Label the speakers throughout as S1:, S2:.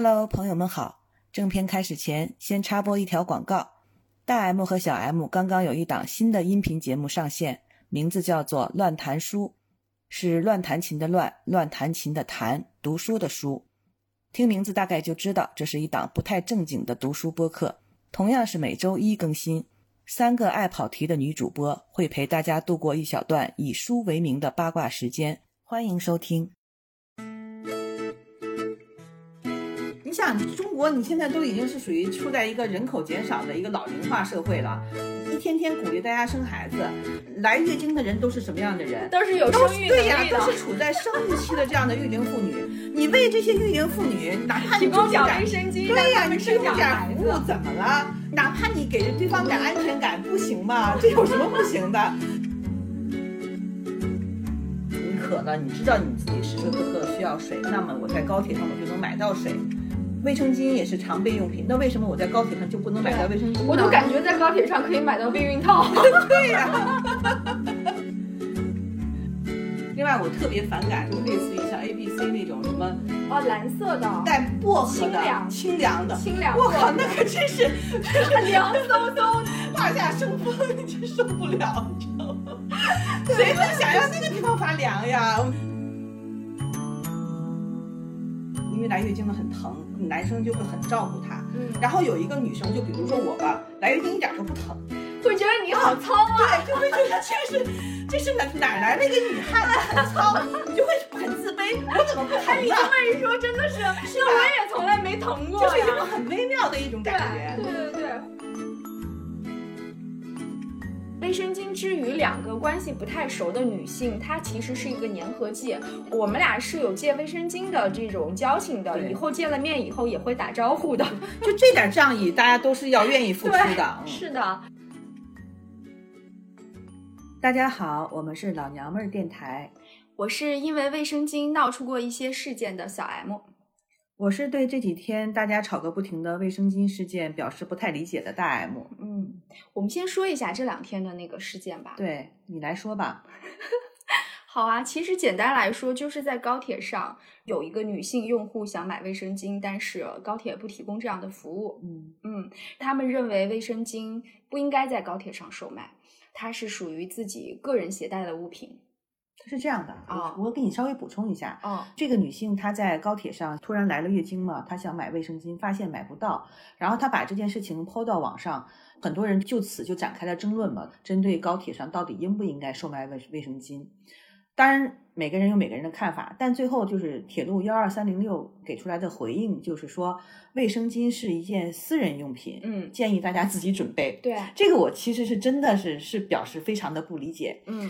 S1: Hello，朋友们好。正片开始前，先插播一条广告：大 M 和小 M 刚刚有一档新的音频节目上线，名字叫做《乱弹书》，是乱弹琴的乱，乱弹琴的弹，读书的书。听名字大概就知道，这是一档不太正经的读书播客。同样是每周一更新，三个爱跑题的女主播会陪大家度过一小段以书为名的八卦时间，欢迎收听。
S2: 你想，中国你现在都已经是属于处在一个人口减少的一个老龄化社会了，一天天鼓励大家生孩子，来月经的人都是什么样的人？
S3: 都是有
S2: 都
S3: 生
S2: 是
S3: 育
S2: 对
S3: 能
S2: 呀、
S3: 力
S2: 都
S3: 的，
S2: 是处在生育期的这样的育龄妇女。你为这些育龄妇女，哪怕
S3: 提
S2: 你
S3: 供
S2: 就是
S3: 点
S2: 敢
S3: 卫生巾，
S2: 对
S3: 让
S2: 呀、
S3: 他
S2: 你
S3: 们
S2: 提
S3: 生
S2: 供
S3: 点
S2: 点
S3: 孩
S2: 服务
S3: 子。
S2: 怎么了？哪怕你给对方点安全感，不行吗？这有什么不行的？你渴了，你知道你自己时时刻刻需要水，那么我在高铁上我就能买到水。卫生巾也是常备用品，那为什么我在高铁上就不能买到卫生巾呢？
S3: 我都感觉在高铁上可以买到避孕套，
S2: 对呀、另外，我特别反感就类似于像 A B C 那种什么
S3: 哦，蓝色 的，
S2: 带薄荷
S3: 清
S2: 的、
S3: 凉
S2: 清凉的，
S3: 清凉
S2: 我
S3: 过，
S2: 靠，那可真是
S3: 凉飕飕的。
S2: 胯下生风，真受不了，你知道吗？谁会想要那个地方发凉呀？因为来月经了很疼，男生就会很照顾她。
S3: 嗯，
S2: 然后有一个女生，就比如说我吧，来月经一点都不疼，
S3: 会觉得你好糙啊，
S2: 对，就会觉得这是这是哪哪来的一个女汉子，很糙，你就会很自卑，我怎么不疼啊
S3: 哎，你
S2: 呢
S3: 这？么一说，真的是，是我也从来没疼过
S2: 就是一
S3: 呀
S2: 种。很微妙的一种感觉。
S3: 对对对对。卫生巾之于两个关系不太熟的女性，它其实是一个粘合剂。我们俩是有借卫生巾的这种交情的，
S2: 对
S3: 以后见了面以后也会打招呼的。
S2: 就这点仗义，大家都是要愿意付出
S3: 对
S2: 的。嗯
S3: 是的，
S2: 大家好，我们是老娘们儿电台，
S3: 我是因为卫生巾闹出过一些事件的小 M。
S2: 我是对这几天大家吵个不停的卫生巾事件表示不太理解的大 M。
S3: 嗯，我们先说一下这两天的那个事件吧。
S2: 对你来说吧，
S3: 好啊，其实简单来说，就是在高铁上有一个女性用户想买卫生巾，但是高铁不提供这样的服务。
S2: 嗯，
S3: 嗯，他们认为卫生巾不应该在高铁上售卖，它是属于自己个人携带的物品。
S2: 是这样的
S3: 啊
S2: 我我给你稍微补充一下。
S3: 哦，
S2: 这个女性她在高铁上突然来了月经嘛，她想买卫生巾，发现买不到，然后她把这件事情抛到网上，很多人就此就展开了争论嘛，针对高铁上到底应不应该售卖卫卫生巾。当然，每个人有每个人的看法，但最后就是铁路幺二三零六给出来的回应就是说，卫生巾是一件私人用品，
S3: 嗯，
S2: 建议大家自己准备。
S3: 对，
S2: 这个我其实是真的是是表示非常的不理解，
S3: 嗯，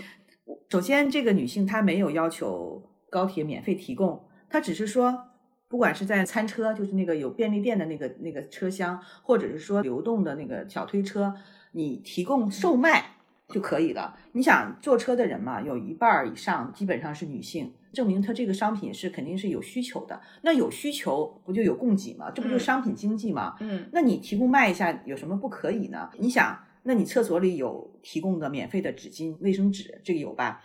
S2: 首先，这个女性她没有要求高铁免费提供，她只是说，不管是在餐车，就是那个有便利店的那个那个车厢，或者是说流动的那个小推车，你提供售卖就可以了。你想坐车的人嘛，有一半儿以上基本上是女性，证明她这个商品是肯定是有需求的。那有需求不就有供给吗？这不就是
S3: 嗯
S2: 商品经济吗？
S3: 嗯，
S2: 那你提供卖一下有什么不可以呢？你想，那你厕所里有提供的免费的纸巾、卫生纸，这个有吧？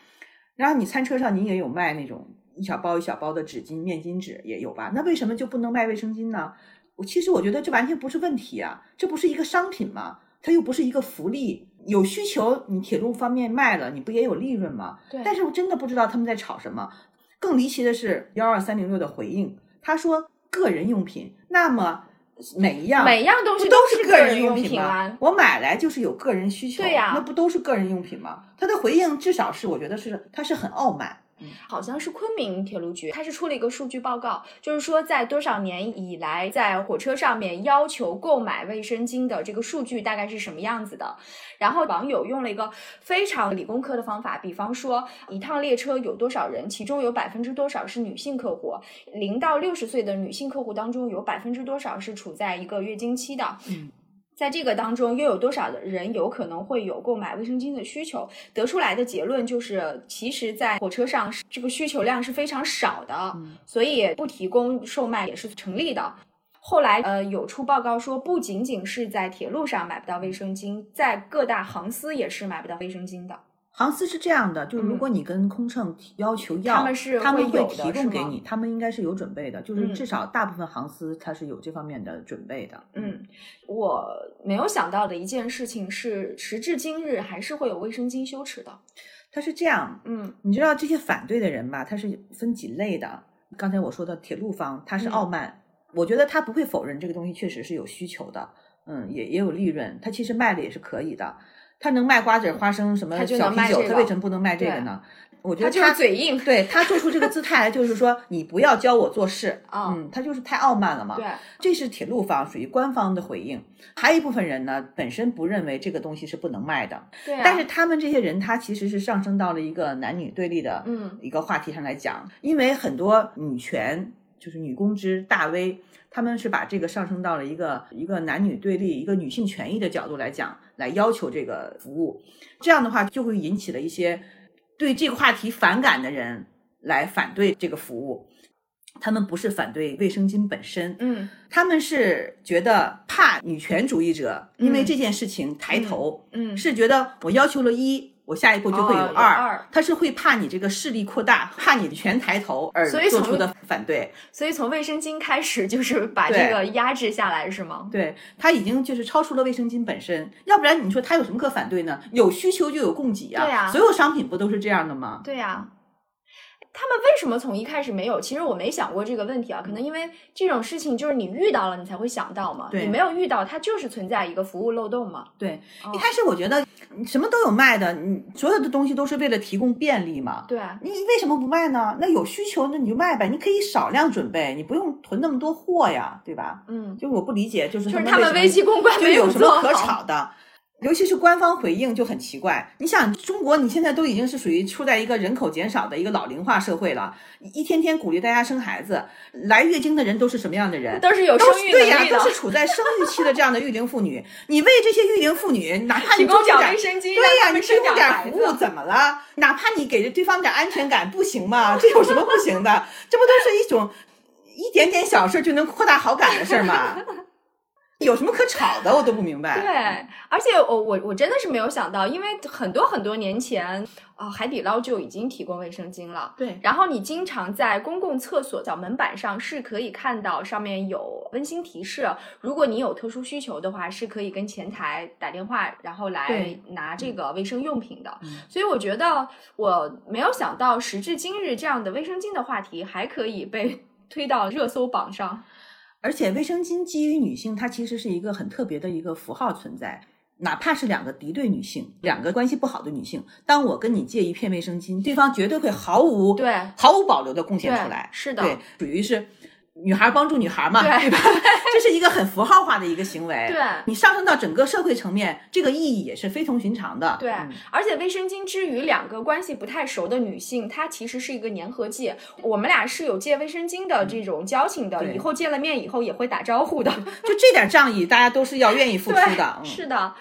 S2: 然后你餐车上你也有卖那种一小包一小包的纸巾、面巾纸也有吧？那为什么就不能卖卫生巾呢？我其实我觉得这完全不是问题啊，这不是一个商品吗？它又不是一个福利，有需求你铁路方面卖了，你不也有利润吗？
S3: 对，
S2: 但是我真的不知道他们在吵什么。更离奇的是幺二三零六的回应，他说个人用品，那么每一样
S3: 每样东
S2: 不
S3: 西
S2: 都
S3: 是
S2: 个
S3: 人
S2: 人用
S3: 用品
S2: 吗
S3: 啊？。
S2: 我买来就是有个人需求，
S3: 对呀
S2: 那不都是个人用品吗？他的回应至少是我觉得是他是很傲慢，
S3: 好像是昆明铁路局，它是出了一个数据报告，就是说在多少年以来，在火车上面要求购买卫生巾的这个数据大概是什么样子的。然后网友用了一个非常理工科的方法，比方说一趟列车有多少人，其中有百分之多少是女性客户，零到六十岁的女性客户当中有百分之多少是处在一个月经期的。
S2: 嗯
S3: 在这个当中，又有多少的人有可能会有购买卫生巾的需求？得出来的结论就是，其实，在火车上是这个需求量是非常少的，
S2: 嗯
S3: 所以不提供售卖也是成立的。后来，呃，有出报告说，不仅仅是在铁路上买不到卫生巾，在各大航司也是买不到卫生巾的。
S2: 航司是这样的，就是如果你跟空乘提要求要，
S3: 嗯他们是
S2: 他们会
S3: 会有的
S2: 提
S3: 是
S2: 供给
S3: 吗
S2: 你，他们应该是有准备的，就是
S3: 嗯
S2: 至少大部分航司它是有这方面的准备的。
S3: 嗯，我没有想到的一件事情是，时至今日还是会有卫生巾羞耻的。
S2: 它是这样，
S3: 嗯
S2: 你知道这些反对的人吧，他是分几类的。刚才我说的铁路方，
S3: 嗯
S2: 他是傲慢，我觉得他不会否认这个东西确实是有需求的，嗯，也也有利润，他其实卖的也是可以的。他能卖瓜子儿、花生什么
S3: 他就
S2: 小
S3: 能
S2: 啤
S3: 卖
S2: 酒，
S3: 这
S2: 他
S3: 个
S2: 为什么不能卖这个
S3: 对
S2: 呢？我觉得
S3: 他就是嘴硬
S2: 对他做出这个姿态来，就是说你不要教我做 事，
S3: 啊
S2: 嗯，他就是太傲慢了嘛。
S3: 对，
S2: 这是铁路方属于官方的回应，还有一部分人呢，本身不认为这个东西是不能卖的，
S3: 对啊，
S2: 但是他们这些人，他其实是上升到了一个男女对立的
S3: 嗯
S2: 一个话题上来讲，因为很多女权就是女公知大 V，他们是把这个上升到了一个一个男女对立、一个女性权益的角度来讲，来要求这个服务，这样的话就会引起了一些对这个话题反感的人来反对这个服务。他们不是反对卫生巾本身，
S3: 嗯
S2: 他们是觉得怕女权主义者因为
S3: 嗯
S2: 这件事情抬头，
S3: 嗯
S2: 是觉得我要求了一，我下一步就会有
S3: 哦有
S2: 二，
S3: 二
S2: 他是会怕你这个势力扩大，怕你全抬头而
S3: 所以
S2: 做
S3: 从
S2: 出的反对。
S3: 所以从卫生巾开始就是 把
S2: 对
S3: 这个压制下来，是吗？
S2: 对他已经就是超出了卫生巾本身，要不然你说他有什么可反对呢？有需求就有供给啊，
S3: 对啊
S2: 所有商品不都是这样的吗？
S3: 对呀、他们为什么从一开始没有？其实我没想过这个问题啊，可能因为这种事情就是你遇到了你才会想到嘛，
S2: 对
S3: 你没有遇到，它就是存在一个服务漏洞嘛。
S2: 对，
S3: 哦
S2: 一开始我觉得嗯什么都有卖的，你所有的东西都是为了提供便利嘛。
S3: 对，啊
S2: 你为什么不卖呢？那有需求，那你就卖呗，你可以少量准备，你不用囤那么多货呀，对吧？
S3: 嗯，
S2: 就是我不理解，就是
S3: 就是他们
S2: 为什么
S3: 危机公关
S2: 就
S3: 没
S2: 有什
S3: 做
S2: 么可
S3: 好。
S2: 吵的？尤其是官方回应就很奇怪。你想，中国你现在都已经是属于处在一个人口减少的一个老龄化社会了，一天天鼓励大家生孩子，来月经的人都是什么样的人？
S3: 都是有
S2: 都
S3: 生
S2: 是
S3: 育
S2: 对呀、
S3: 能力的
S2: 都，是处在生育期的这样的育龄妇女。你为这些育龄妇女，哪怕你
S3: 提
S2: 做
S3: 供
S2: 出
S3: 点
S2: 点
S3: 卫生巾，
S2: 对
S3: 让
S2: 呀、
S3: 他
S2: 你
S3: 们
S2: 提
S3: 生
S2: 供
S3: 点
S2: 点
S3: 孩
S2: 服务
S3: 子。
S2: 怎么了？哪怕你给对方点安全感，不行吗？这有什么不行的？ 这不都是一种一点点小事就能扩大好感的事儿吗？ 有什么可吵的？我都不明白。
S3: 对，而且我我我真的是没有想到，因为很多很多年前啊、海底捞就已经提供卫生巾了。
S2: 对
S3: 然后你经常在公共厕所小门板上是可以看到上面有温馨提示，如果你有特殊需求的话，是可以跟前台打电话，然后来
S2: 对
S3: 拿这个卫生用品的
S2: 嗯。
S3: 所以我觉得我没有想到，时至今日这样的卫生巾的话题还可以被推到热搜 榜上。
S2: 而且卫生巾基于女性，它其实是一个很特别的一个符号存在。哪怕是两个敌对女性，两个关系不好的女性，当我跟你借一片卫生巾，对方绝对会毫无
S3: 对
S2: 毫无保留的贡
S3: 对
S2: 献出来，。
S3: 是的，
S2: 对，属于是女孩帮助女孩嘛，
S3: 对
S2: 对吧？ 这是一个很符号化的一个行为。
S3: 对
S2: 你上升到整个社会层面，这个意义也是非同寻常的。
S3: 对
S2: 嗯，
S3: 而且卫生巾之于两个关系不太熟的女性，它其实是一个粘合剂。我们俩是有借卫生巾的这种交情的，
S2: 嗯对
S3: 以后见了面以后也会打招呼的。
S2: 就这点仗义，大家都是要愿意付出
S3: 对，
S2: 的。嗯、
S3: 是的。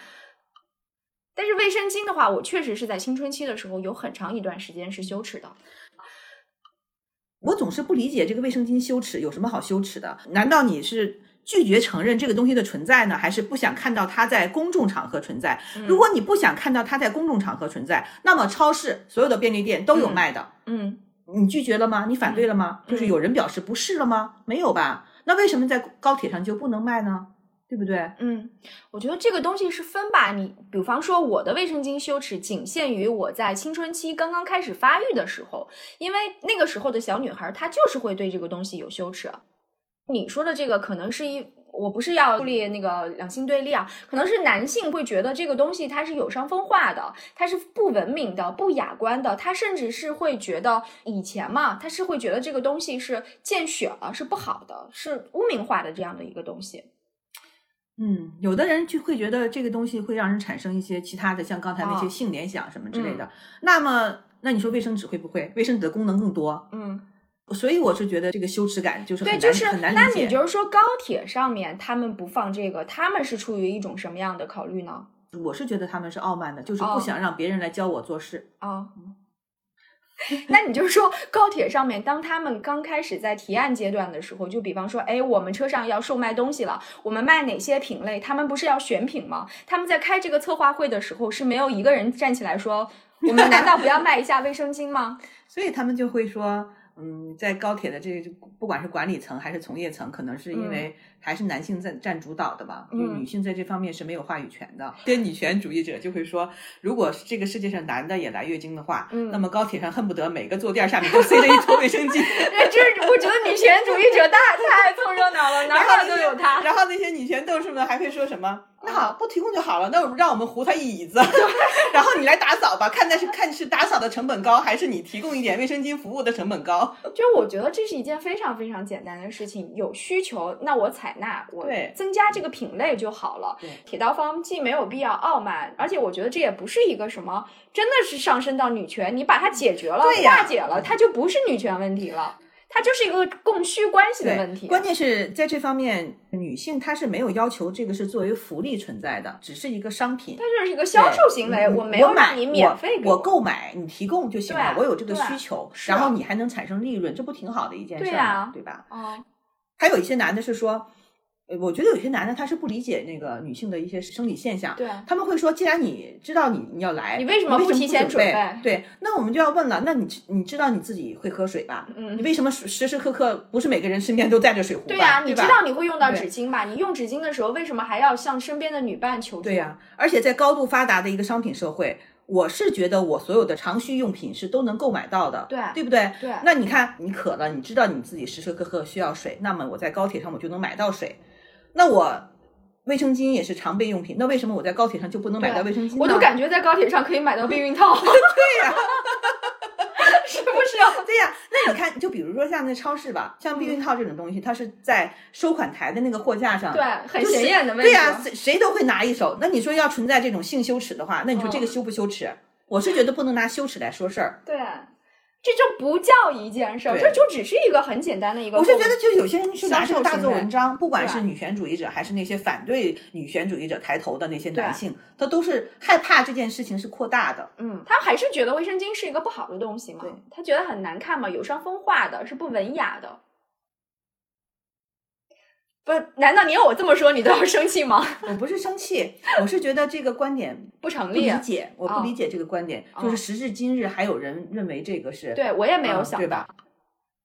S3: 但是卫生巾的话，我确实是在青春期的时候有很长一段时间是羞耻的。
S2: 我总是不理解这个卫生巾羞耻有什么好羞耻的？难道你是拒绝承认这个东西的存在呢，还是不想看到它在公众场合存在？
S3: 嗯
S2: 如果你不想看到它在公众场合存在，那么超市所有的便利店都有
S3: 嗯
S2: 卖的。
S3: 嗯，
S2: 你拒绝了吗？你反对了吗？就是有人表示不是了吗？没有吧？那为什么在高铁上就不能卖呢？对不对？
S3: 嗯，我觉得这个东西是分吧。你比方说，我的卫生巾羞耻仅限于我在青春期刚刚开始发育的时候，因为那个时候的小女孩儿她就是会对这个东西有羞耻。你说的这个可能是一，我不是要树立那个两性对立啊，可能是男性会觉得这个东西它是有伤风化的，它是不文明的、不雅观的，他甚至是会觉得以前嘛，他是会觉得这个东西是见血了，是不好的，是污名化的这样的一个东西。
S2: 嗯，有的人就会觉得这个东西会让人产生一些其他的，像刚才那些
S3: 哦嗯
S2: 性联想什么之类的。那么，那你说卫生纸会不会？卫生纸的功能更多，
S3: 嗯。
S2: 所以我是觉得这个羞耻感就是很
S3: 对，
S2: 难
S3: 就是
S2: 很难
S3: 那
S2: 理解。
S3: 你就是说高铁上面他们不放这个，他们是出于一种什么样的考虑呢？
S2: 我是觉得他们是傲慢的，就是
S3: 哦
S2: 嗯不想让别人来教我做事。
S3: 啊、 那你就说高铁上面，当他们刚开始在提案阶段的时候，就比方说，哎，我们车上要售卖东西了，我们卖哪些品类？他们不是要选品吗？他们在开这个策划会的时候，是没有一个人站起来说，我们难道不要卖一下卫生 巾吗？
S2: 所以他们就会说，嗯，在高铁的这个不管是管理层还是从业层，可能是因为还是男性在占主导的吧，
S3: 嗯
S2: 因为女性在这方面是没有话语权的。这些女权主义者就会说，如果是这个世界上男的也来月经的话，
S3: 嗯
S2: 那么高铁上恨不得每个坐垫下面都塞着一坨卫生巾。
S3: 哎，这是我觉得女权主义者大太爱凑热闹了， 哪
S2: 然
S3: 儿
S2: 后
S3: 哪儿
S2: 那
S3: 都
S2: 些
S3: 有嗯他。
S2: 然后那些女权斗士们还会说什么？那好，不提供就好了。那我们让我们糊他一椅子， 然后你来打扫吧，看那是看是打扫的成本高，还是你提供一点卫生巾服务的成本高？
S3: 就是我觉得这是一件非常非常简单的事情，有需求那我采纳，我
S2: 对
S3: 增加这个品类就好了
S2: 对。
S3: 铁道方既没有必要傲慢，而且我觉得这也不是一个什么真的是上升到女权，你把它解决了、
S2: 对呀
S3: 化解了，它就不是女权问题了，它就是一个供需关系的问题。啊
S2: 关键是在这方面，女性她是没有要求这个是作为福利存在的，只是一个商品。
S3: 它就是一个销售行为，
S2: 嗯
S3: 没有
S2: 买
S3: 让你免费给
S2: 我，我购买你提供就行
S3: 对啊
S2: 了，我有这个
S3: 对啊
S2: 需求，
S3: 是啊
S2: 然后你还能产生利润，这不挺好的一件事
S3: 对
S2: 儿
S3: 啊
S2: 吗？对吧？
S3: 哦，
S2: 还有一些男的是说，呃我觉得有些男的他是不理解那个女性的一些生理现象，
S3: 对，啊
S2: 他们会说，既然你知道你你要来，
S3: 你
S2: 你
S3: 为什么不
S2: 不
S3: 提前准
S2: 准
S3: 备
S2: 对，那我们就要问了，那你知你知道你自己会喝水吧？
S3: 嗯
S2: 你为什么时时时刻刻不是每个人身边都带着水壶吧？
S3: 对
S2: 对
S3: 呀、你知
S2: 吧
S3: 道你会用到
S2: 对
S3: 纸巾吧？你用纸巾的时候，为什么还要向身边的女伴求助？
S2: 对呀、而且在高度发达的一个商品社会，我是觉得我所有的常需用品是都能购买到的，
S3: 对啊
S2: 对不对？
S3: 对
S2: 那你看，你渴了，你知道你自己时时刻刻需要水，那么我在高铁上我就能买到水。那我卫生巾也是常备用品，那为什么我在高铁上就不能买到卫生巾呢？
S3: 我都感觉在高铁上可以买到避 孕套。对
S2: 呀、
S3: 是不是啊？
S2: 对呀、那你看，就比如说像那超市吧，像
S3: 嗯
S2: 避孕套这种东西，它是在收款台的那个货架上，
S3: 对，很显眼的位
S2: 对
S3: 置。
S2: 呀、谁谁都会拿一手。那你说要存在这种性羞耻的话，那你说这个
S3: 嗯
S2: 羞不羞耻？我是觉得不能拿羞耻来说事儿。
S3: 对这就不叫一件事儿，
S2: 对
S3: 这就只是一个很简单的一个
S2: 我
S3: 共。
S2: 是觉得，就有些人去拿这个大做文章，不管
S3: 对
S2: 是女权主义者，还是那些反对女权主义者抬头的那些男性，他都是害怕这件事情是扩大的。
S3: 嗯，他还是觉得卫生巾是一个不好的东西嘛
S2: 对，
S3: 他觉得很难看嘛，有伤风化的，是不文雅的。不，难道你要我这么说，你都要生气吗？
S2: 我不是生气，我是觉得这个观点
S3: 不成
S2: 不
S3: 立
S2: 理。解，我
S3: 哦
S2: 不理解这个观点，
S3: 哦
S2: 就是时至今日还有人认为这个是
S3: 对我也没有
S2: 嗯
S3: 想
S2: 对
S3: 到
S2: 吧，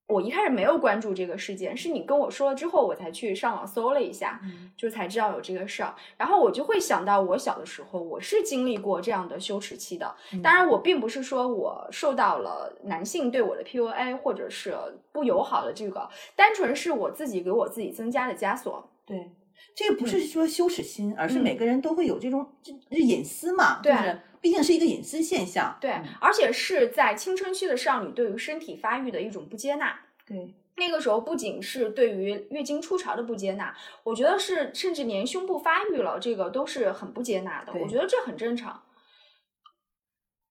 S3: 我一开始没有关注这个事件，是你跟我说了之后，我才去上网搜了一下，
S2: 嗯
S3: 就才知道有这个事儿。然后我就会想到，我小的时候我是经历过这样的羞耻期的。当然，我并不是说我受到了男性对我的 PUA 或者是不友好的这个，单纯是我自己给我自己增加的枷锁。
S2: 对，这个不
S3: 嗯
S2: 是说羞耻心，而是每个人都会有这种这这隐私嘛，
S3: 对
S2: 就是毕竟是一个隐私现象。嗯
S3: 对，而且是在青春期的少女对于身体发育的一种不接纳。
S2: 对，
S3: 那个时候不仅是对于月经初潮的不接纳，我觉得是甚至连胸部发育了这个都是很不接纳的。
S2: 对
S3: 我觉得这很正常。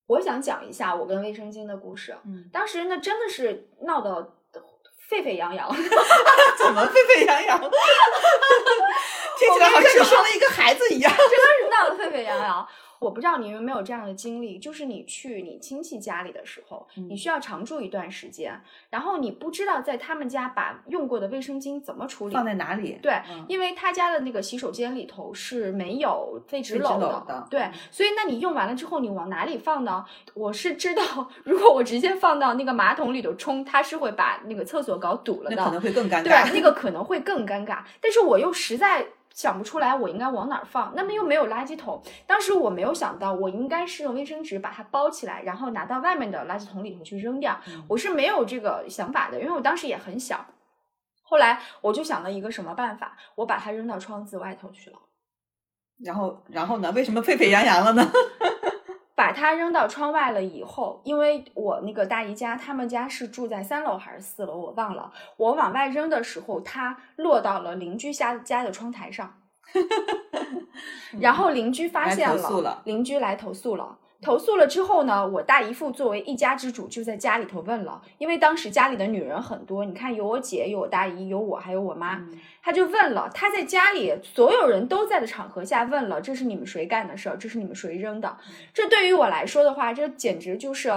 S3: 我想讲一下我跟卫生巾的故事。
S2: 嗯，
S3: 当时那真的是闹得沸沸扬 扬，
S2: 怎么沸沸扬扬？ 听起来好像你生了一个孩子 一样。
S3: 真的闹得沸沸扬扬。我不知道你有没有这样的经历，就是你去你亲戚家里的时候，
S2: 嗯
S3: 你需要常住一段时间，然后你不知道在他们家把用过的卫生巾怎么处理，
S2: 放在哪里？
S3: 对，
S2: 嗯
S3: 因为他家的那个洗手间里头是没有废纸篓
S2: 废纸篓的嗯
S3: 对，所以那你用完了之后，你往哪里放呢？我是知道，如果我直接放到那个马桶里头冲，它是会把那个厕所搞堵了
S2: 那可
S3: 的
S2: 能，会更尴
S3: 对，
S2: 尬。
S3: 那个可能会更尴尬。但是我又实在想不出来我应该往哪儿放，那么又没有垃圾桶，当时我没有想到，我应该是用卫生纸把它包起来，然后拿到外面的垃圾桶里头去扔掉。
S2: 嗯
S3: 我是没有这个想法的，因为我当时也很小。后来我就想了一个什么办法，我把它扔到窗子外头去了，
S2: 然后，然后呢？为什么沸沸扬扬了 呢？
S3: 把它扔到窗外了以后，因为我那个大姨家，他们家是住在三楼还是四楼，我忘了。我往外扔的时候，它落到了邻居家家的窗台上， 然后邻居发
S2: 来
S3: 现
S2: 投诉了
S3: 邻居来投诉了。投诉了之后呢，我大姨父作为一家之主，就在家里头问了，因为当时家里的女人很多，你看有我姐，有我大姨，有我，还有我妈，他就问了，他在家里所有人都在的场合下问了，这是你们谁干的事儿，这是你们谁扔的？这对于我来说的话，这简直就是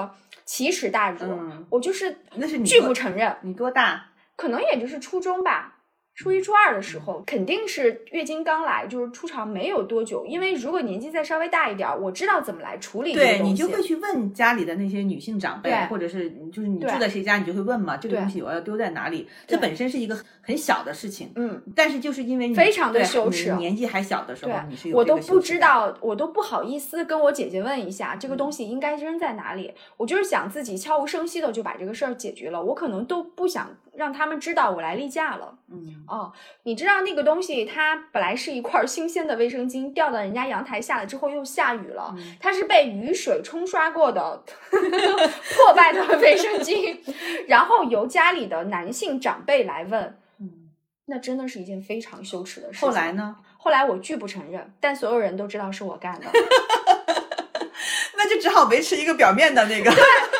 S3: 奇耻大辱。
S2: 嗯
S3: 我就是
S2: 那是你
S3: 拒
S2: 多
S3: 不承认，
S2: 你多大？
S3: 可能也就是初中吧。初一、初二的时
S2: 嗯
S3: 候，肯定是月经刚来，就是出场没有多久。因为如果年纪再稍微大一点儿，我知道怎么来处理这个
S2: 对
S3: 东西。
S2: 你就会去问家里的那些女性长辈
S3: 对，
S2: 或者是你就是你住
S3: 对
S2: 在谁家，你就会问嘛，这个
S3: 对
S2: 东西我要丢在哪里？这
S3: 对
S2: 本身是一个很小的事情，
S3: 嗯，
S2: 但是就是因为你
S3: 非常地
S2: 对
S3: 羞耻啊
S2: 你年纪还小的时候，你是
S3: 对，啊
S2: 有
S3: 我
S2: 这
S3: 都
S2: 个羞
S3: 不
S2: 耻
S3: 知
S2: 感
S3: 道，我都不好意思跟我姐姐问一下，这个
S2: 嗯
S3: 东西应该扔在哪里。我就是想自己悄无声息的就把这个事儿解决了，我可能都不想让他们知道我来例假了。
S2: 的，嗯，
S3: 哦，你知道那个东西，它本来是一块儿新鲜的卫生巾，掉到人家阳台下了之后又下雨了，
S2: 嗯
S3: 它是被雨水冲刷过的 破败的卫生巾，然后由家里的男性长辈来问，
S2: 嗯
S3: 那真的是一件非常羞耻的事情。
S2: 后来？呢？
S3: 后来我拒不承认，但所有人都知道是我干的。
S2: 那就只好维持一个表面的那个。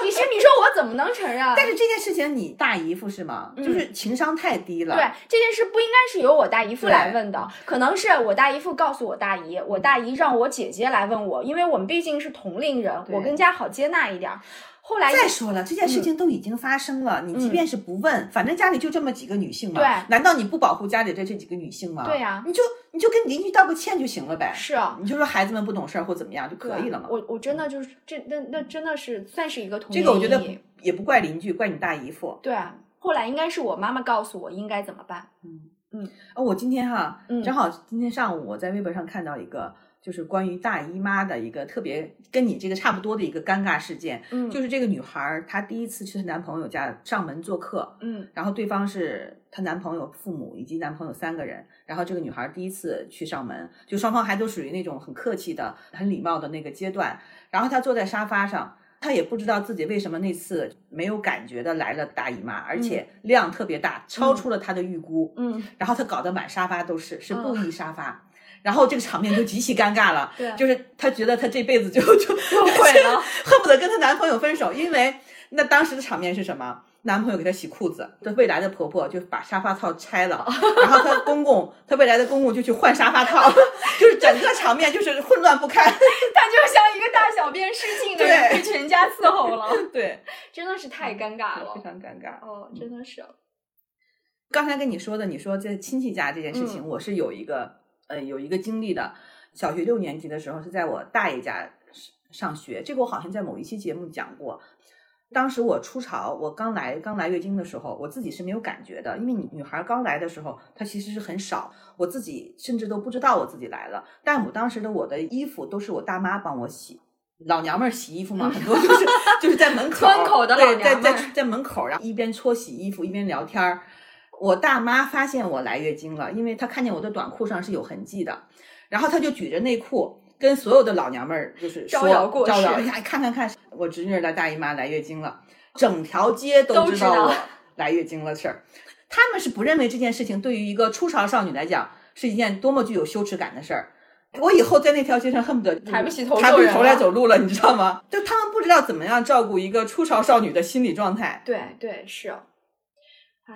S3: 你是你说我怎么能承认？啊
S2: 但是这件事情，你大姨夫是吗？就是情商太低了。
S3: 嗯对这件事不应该是由我大姨夫来
S2: 对
S3: 问的，可能是我大姨夫告诉我大姨，我大姨让我姐姐来问我，因为我们毕竟是同龄人，
S2: 对
S3: 我更加好接纳一点儿。后来
S2: 再说了，这件
S3: 嗯
S2: 事情都已经发生了，你即便是不问，反正家里就这么几个女性嘛，
S3: 对
S2: 难道你不保护家里的这几个女性吗？
S3: 对呀
S2: 你就你就跟邻居道个歉就行了呗，
S3: 是啊
S2: 你就说孩子们不懂事儿或怎么样就可以了嘛。
S3: 我我真的就是这那那真的是算是一个童
S2: 这
S3: 年
S2: 个我觉得
S3: 阴影
S2: 也不怪邻居，怪你大姨夫。
S3: 对。后来应该是我妈妈告诉我应该怎么办。
S2: 嗯
S3: 嗯，
S2: 哦，我今天哈，
S3: 嗯
S2: 正好今天上午我在微博上看到一个，就是关于大姨妈的一个特别跟你这个差不多的一个尴尬事件，
S3: 嗯，
S2: 就是这个女孩儿她第一次去她男朋友家上门做客，
S3: 嗯
S2: 然后对方是她男朋友、父母以及男朋友三个人，然后这个女孩儿第一次去上门，就双方还都属于那种很客气的、很礼貌的那个阶段。然后她坐在沙发上，她也不知道自己为什么那次没有感觉的来了大姨妈，而且量特别大，超出了她的预估。
S3: 嗯，
S2: 然后她搞得满沙发都是，是
S3: 嗯
S2: 布艺沙发。然后这个场面就极其尴尬 了，
S3: 对，
S2: 就是她觉得她这辈子就就
S3: 后悔了。
S2: 恨不得跟她男朋友分手，因为那当时的场面是什么？男朋友给她洗裤子，她未来的婆婆就把沙发套拆 了，然后她公公，她未来的公公就去换沙发套， 就是整个场面就是混乱不堪。
S3: 他就像一个大小便失禁的人被全家伺候了，
S2: 对，
S3: 真的是太尴尬
S2: 非
S3: 了。
S2: 常尴尬。
S3: 哦，真的是。
S2: 刚才跟你说的，你说在亲戚家这件事情，我是有一个呃有一个经历的。小学六年级的时候是在我大爷家上上学，这个我好像在某一期节目讲过。当时我初潮，我刚来刚来月经的时候，我自己是没有感觉的，因为你女孩刚来的时候，她其实是很少，我自己甚至都不知道我自己来了。但我当时的我的衣服都是我大妈帮我洗，老娘们儿洗衣服嘛，很多 就是就是在门口，
S3: 村口的老
S2: 对，在
S3: 娘们
S2: 在
S3: 儿
S2: 在门口，然后一边搓洗衣服一边聊天儿。我大妈发现我来月经了，因为她看见我的短裤上是有痕迹的，然后她就举着内裤跟所有的老娘们儿就是说
S3: 招摇过市
S2: 招摇，哎呀，看看看，我侄女儿来大姨妈来月经了，整条街
S3: 都
S2: 都知
S3: 知道
S2: 道 我来月经了事儿。他们是不认为这件事情对于一个初潮少女来讲是一件多么具有羞耻感的事儿。我以后在那条街上恨不得
S3: 抬不起头
S2: 抬不
S3: 做
S2: 起
S3: 人
S2: 头来
S3: 了
S2: 走路了，你知道吗？就他们不知道怎么样照顾一个初潮少女的心理状态。
S3: 对对是，哎，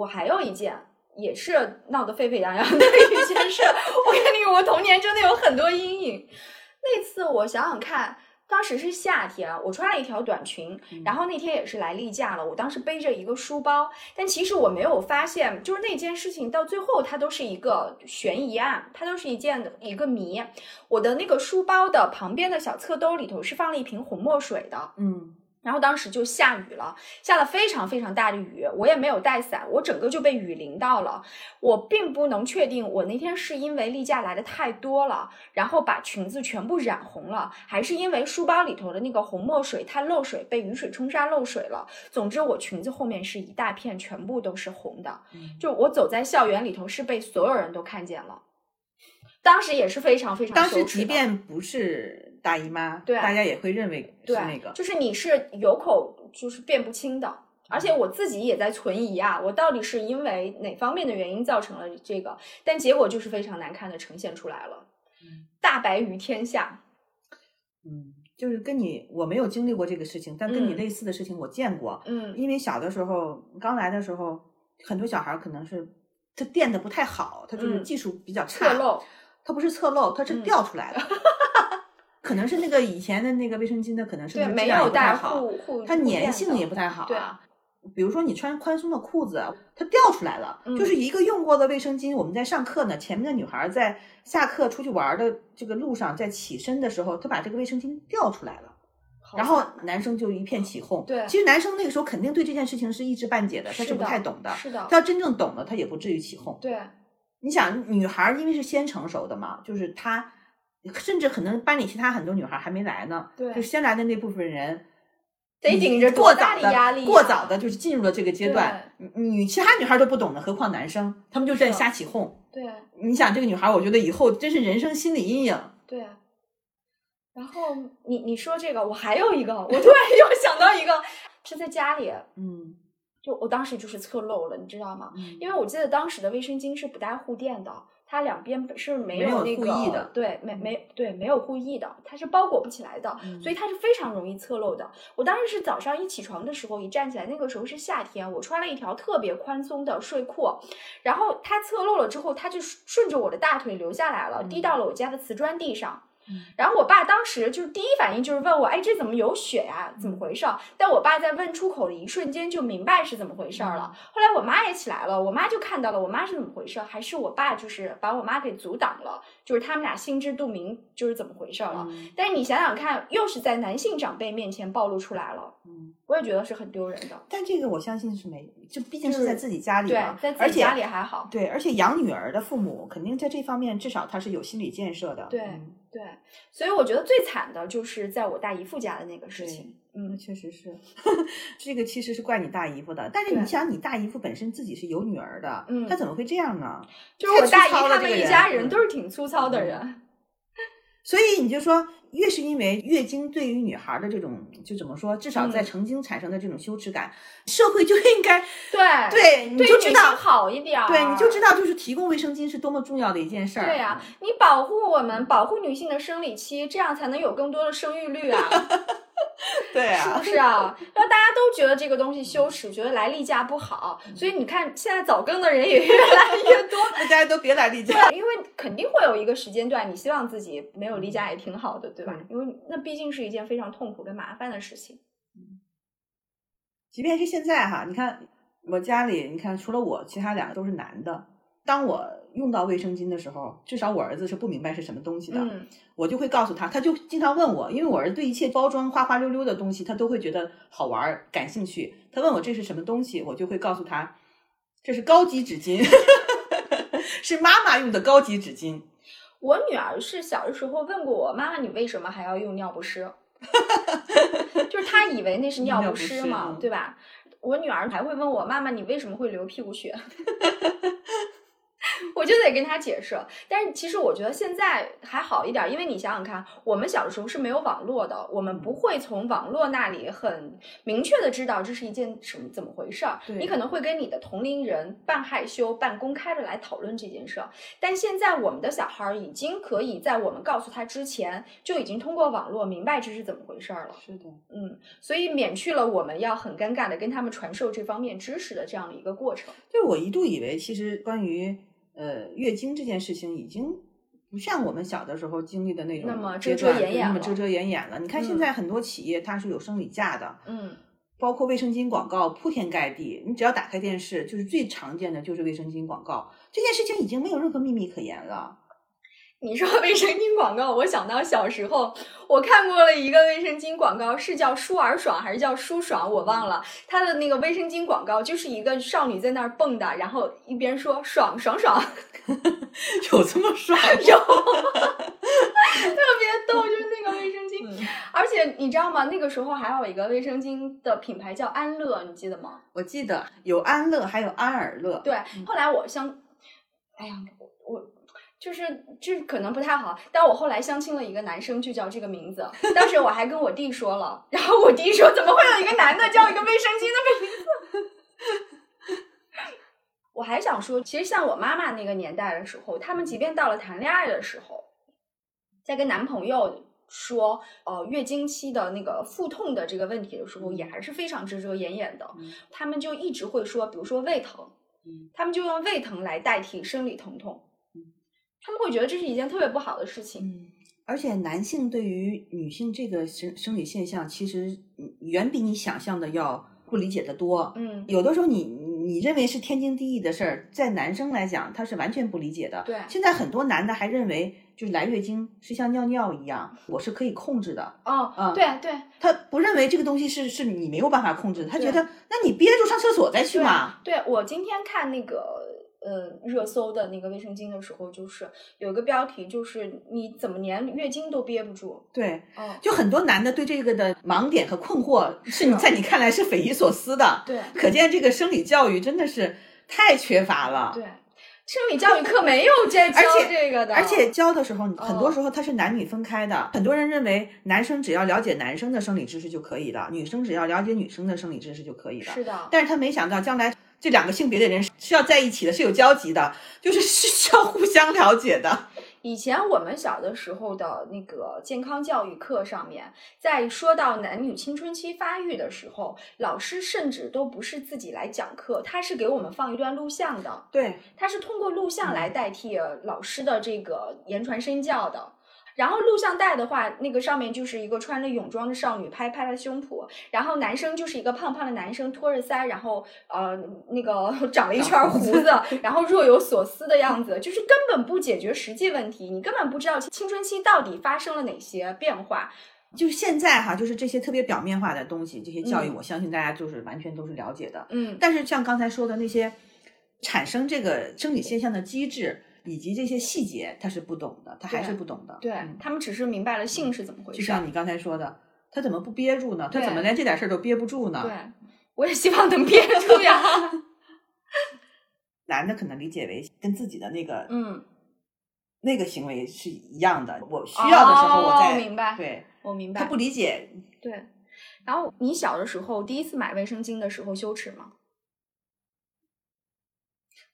S3: 我还有一件也是闹得沸沸扬扬的一件事，我跟你说，我童年真的有很多阴影。那次我想想看，当时是夏天，我穿了一条短裙，然后那天也是来例假了，我当时背着一个书包，但其实我没有发现，就是那件事情到最后它都是一个悬疑案，它都是一件一个谜。我的那个书包的旁边的小侧兜里头是放了一瓶红墨水的，
S2: 嗯，
S3: 然后当时就下雨了，下了非常非常大的雨，我也没有带伞，我整个就被雨淋到了。我并不能确定我那天是因为例假来的太多了，然后把裙子全部染红了，还是因为书包里头的那个红墨水它漏水，被雨水冲刷漏水了。总之，我裙子后面是一大片，全部都是红的。
S2: 嗯
S3: 就我走在校园里头是被所有人都看见了，当时也是非常非常
S2: 当
S3: 羞
S2: 时
S3: 耻的
S2: 即便不是大姨妈，
S3: 对
S2: 大家也会认为是
S3: 对，
S2: 那个。
S3: 就是你是有口就是辩不清的。
S2: 嗯
S3: 而且我自己也在存疑啊，我到底是因为哪方面的原因造成了这个？但结果就是非常难看的呈现出来了，大白于天下。
S2: 嗯，就是跟你我没有经历过这个事情，但跟你
S3: 嗯
S2: 类似的事情我见过。
S3: 嗯
S2: 因为小的时候刚来的时候，很多小孩儿可能是他垫的不太好，他就是
S3: 嗯
S2: 技术比较差，
S3: 侧漏，
S2: 他不是侧漏，他是
S3: 嗯
S2: 掉出来的。 可能是那个以前的那个卫生巾的，可能是
S3: 对，
S2: 不是
S3: 没
S2: 质量
S3: 有
S2: 也不太
S3: 带
S2: 好，
S3: 护护，
S2: 它
S3: 护
S2: 粘
S3: 垫
S2: 性
S3: 的
S2: 也不太好。
S3: 对啊，
S2: 比如说你穿宽松的裤子，它掉出来了，
S3: 嗯
S2: 就是一个用过的卫生巾。我们在上课呢，前面的女孩在下课出去玩的这个路上，在起身的时候，她把这个卫生巾掉出来了。
S3: 好啊
S2: 然后男生就一片起哄。
S3: 对
S2: 其实男生那个时候肯定对这件事情是一知半解的，他
S3: 是
S2: 是不
S3: 的
S2: 太懂的。
S3: 是的
S2: 他要真正懂了，他也不至于起哄。
S3: 对
S2: 你想，女孩儿因为是先成熟的嘛，就是她，甚至可能班里其他很多女孩儿还没来呢，
S3: 对
S2: 就先来的那部分人，
S3: 得顶着
S2: 过
S3: 多
S2: 早
S3: 大
S2: 的
S3: 的压力啊
S2: 过早的就是进入了这个阶段，女其他女孩儿都不懂的，何况男生，他们就在
S3: 是
S2: 瞎起哄。
S3: 对
S2: 你想这个女孩儿，我觉得以后真是人生心理阴影。
S3: 对。然后你你说这个，我还有一个，我突 然又想到一个，是在家里，
S2: 嗯，
S3: 就我当时就是侧漏了，你知道吗？
S2: 因
S3: 因为我记得当时的卫生巾是不带护垫的，它两边是没
S2: 没有
S3: 那
S2: 护
S3: 个
S2: 翼的嗯
S3: 对，没没对，没有护翼的，它是包裹不起来的，所以它是非常容易侧漏的。我当时是早上一起床的时候，一站起来，那个时候是夏天，我穿了一条特别宽松的睡裤，然后它侧漏了之后，它就顺着我的大腿流下来了，滴
S2: 嗯
S3: 到了我家的瓷砖地上。然后我爸当时就是第一反应就是问我，哎，这怎么有血呀、
S2: 嗯
S3: 怎么回事儿？但我爸在问出口的一瞬间就明白是怎么回事儿了。后来我妈也起来了，我妈就看到了，我妈是怎么回事儿？还是我爸就是把我妈给阻挡了，就是他们俩心知肚明就是怎么回事儿
S2: 嗯
S3: 了。但是你想想看，又是在男性长辈面前暴露出来了，
S2: 嗯
S3: 我也觉得是很丢人的。
S2: 但这个我相信是没，就毕竟
S3: 就是
S2: 在自己家里
S3: 对
S2: 嘛，，
S3: 在自
S2: 啊而
S3: 己
S2: 且
S3: 家里还好。
S2: 对，而且养女儿的父母肯定在这方面至少他是有心理建设的。
S3: 对
S2: 嗯
S3: 对，所以我觉得最惨的就是在我大姨夫家的那个事情。
S2: 那
S3: 嗯，
S2: 确实是， 这个其实是怪你大姨夫的。但是
S3: 对
S2: 你想，你大姨夫本身自己是有女儿的，
S3: 嗯
S2: 他怎么会这样呢？
S3: 就是我
S2: 太粗
S3: 大姨
S2: 糙了
S3: 他
S2: 这个
S3: 们一
S2: 人
S3: 家人
S2: 嗯
S3: 都是挺粗糙的
S2: 嗯
S3: 人。
S2: 所以你就说，越是因为月经对于女孩的这种，就怎么说，至少在
S3: 嗯
S2: 曾经产生的这种羞耻感，社会就应该
S3: 对
S2: 对你
S3: 对
S2: 就
S3: 女
S2: 知
S3: 性
S2: 道，
S3: 好一点儿，
S2: 对你就知。道，就是提供卫生巾是多么重要的一件事儿。
S3: 对呀、
S2: 嗯
S3: 你保护我们，保护女性的生理期，这样才能有更多的生育率啊，
S2: 对
S3: 是
S2: 啊。
S3: 不，是啊？让大家都觉得这个东西羞耻，觉得来例假不好，所以你看现在早更的人也越来越多
S2: 大家都别来例假。
S3: 对，因为肯定会有一个时间段，你希望自己没有例假也挺好的，对吧？
S2: 嗯
S3: 因为那毕竟是一件非常痛苦跟麻烦的事情。
S2: 即便是现在哈，你看我家里，你看除了我，其他两个都是男的。当我用到卫生巾的时候，至少我儿子是不明白是什么东西的，
S3: 嗯，
S2: 我就会告诉他，他就经常问我，因为我儿子对一切包装花花溜溜的东西，他都会觉得好玩儿、感兴趣。他问我这是什么东西，我就会告诉他，这是高级纸巾， 是妈妈用的高级纸巾。
S3: 我女儿是小的时候问过我妈妈，你为什么还要用尿不湿？ 就是她以为那是尿
S2: 尿
S3: 不
S2: 不
S3: 湿
S2: 湿
S3: 嘛，
S2: 嗯
S3: 对吧？我女儿还会问我妈妈，你为什么会流屁股血？ 我就得跟她解释，但是其实我觉得现在还好一点，因为你想想看，我们小的时候是没有网络的，我们不
S2: 嗯
S3: 会从网络那里很明确的知道这是一件什么怎么回事儿。
S2: 对
S3: 你可能会跟你的同龄人半害羞、半公开的来讨论这件事儿，但现在我们的小孩儿已经可以在我们告诉他之前，就已经通过网络明白这是怎么回事儿了。
S2: 是的，
S3: 嗯，所以免去了我们要很尴尬的跟他们传授这方面知识的这样一个过程。
S2: 就是我一度以为，其实关于呃月经这件事情，已经不像我们小的时候经历的那种
S3: 那么
S2: 阶
S3: 遮遮
S2: 段
S3: 掩掩
S2: 那么
S3: 了
S2: 遮遮掩掩了。你看现
S3: 嗯
S2: 在很多企业它是有生理假的，
S3: 嗯，
S2: 包括卫生巾广告铺天盖地。你只要打开电视，就是最常见的就是卫生巾广告。这件事情已经没有任何秘密可言 了。
S3: 你说 卫生巾广告，我想到小时候我看过了一个卫生巾广告，是叫舒尔爽还是叫舒爽，我忘了。它的那个卫生巾广告就是一个少女在那儿蹦跶，然后一边说爽爽爽，
S2: 有这么爽？
S3: 有，特别逗，就是那个卫生巾。
S2: 嗯
S3: 而且你知道吗？那个时候还有一个卫生巾的品牌叫安乐，你记得吗？
S2: 我记得有安乐，还有安尔乐。
S3: 对，后来我相，哎呀，我我就是这可能不太好，但我后来相亲了一个男生，就叫这个名字。当时我还跟我弟说了，然后我弟说怎么会有一个男的叫一个卫生巾的名字？ 我还想说，其实像我妈妈那个年代的时候，他们即便到了谈恋爱的时候，在跟男朋友说呃月经期的那个腹痛的这个问题的时候，也还是非常遮遮掩掩的。
S2: 嗯
S3: 他们就一直会说，比如说胃疼，
S2: 嗯
S3: 他们就用胃疼来代替生理疼痛，他们会觉得这是一件特别不好的事情。
S2: 嗯，而且男性对于女性这个生生理现象，其实嗯远比你想象的要不理解的多。
S3: 嗯，
S2: 有的时候你你认为是天经地义的事儿，在男生来讲他是完全不理解的。
S3: 对
S2: 现在很多男的还认为，就是来月经是像尿尿一样，我是可以控制的。
S3: 哦，
S2: 嗯
S3: 对对
S2: 他不认为这个东西是是你没有办法控制的，他觉得
S3: 对
S2: 那你憋住上厕所再去嘛。
S3: 对，我今天看那个呃热搜的那个卫生巾的时候，就是有一个标题，就是你怎么连月经都憋不住？
S2: 对，
S3: 哦，
S2: 就很多男的对这个的盲点和困惑，是你
S3: 是
S2: 在你看来是匪夷所思的。
S3: 对
S2: 可见这个生理教育真的是太缺乏了。
S3: 对，生理教育课没有这教
S2: 而且
S3: 这个的，
S2: 而且教的时候，很多
S3: 哦
S2: 时候它是男女分开的。很多人认为男生只要了解男生的生理知识就可以了，女生只要了解女生的生理知识就可以了。
S3: 是的，
S2: 但是他没想到，将来这两个性别的人是要在一起的，是有交集的，就是 是需要互相了解的。
S3: 以前我们小的时候的那个健康教育课上面，在说到男女青春期发育的时候，老师甚至都不是自己来讲课，他是给我们放一段录像的。
S2: 对，
S3: 它是通过录像
S2: 嗯
S3: 来代替呃老师的这个言传身教的。然后录像带的话，那个上面就是一个穿着泳装的少女拍拍她胸脯，然后男生就是一个胖胖的男生托着腮，然后呃那个 长了一圈胡子，然后若有所思的样子，就是根本不解决实际问题，你根本不知道青春期到底发生了哪些变化。
S2: 就是现在哈，就是这些特别表面化的东西，这些教育，
S3: 嗯
S2: 我相信大家就是完全都是了解的。
S3: 嗯，
S2: 但是像刚才说的那些产生这个生理现象的机制以及这些细节，他是不懂的，他还是不懂的。
S3: 对、
S2: 嗯
S3: 他们只是明白了性是怎么回
S2: 就
S3: 事。
S2: 像你刚才说的，他怎么不憋住呢？他
S3: 对
S2: 怎么连这点事儿都憋不住呢？
S3: 对，我也希望能憋住 呀。
S2: 男的可能理解为跟自己的那个、
S3: 嗯，
S2: 那个行为是一样的，我需要的时候
S3: 哦
S2: 我再、
S3: 明白
S2: 对
S3: 我明白。
S2: 他不理解，
S3: 对，然后你小的时候第一次买卫生巾的时候羞耻吗？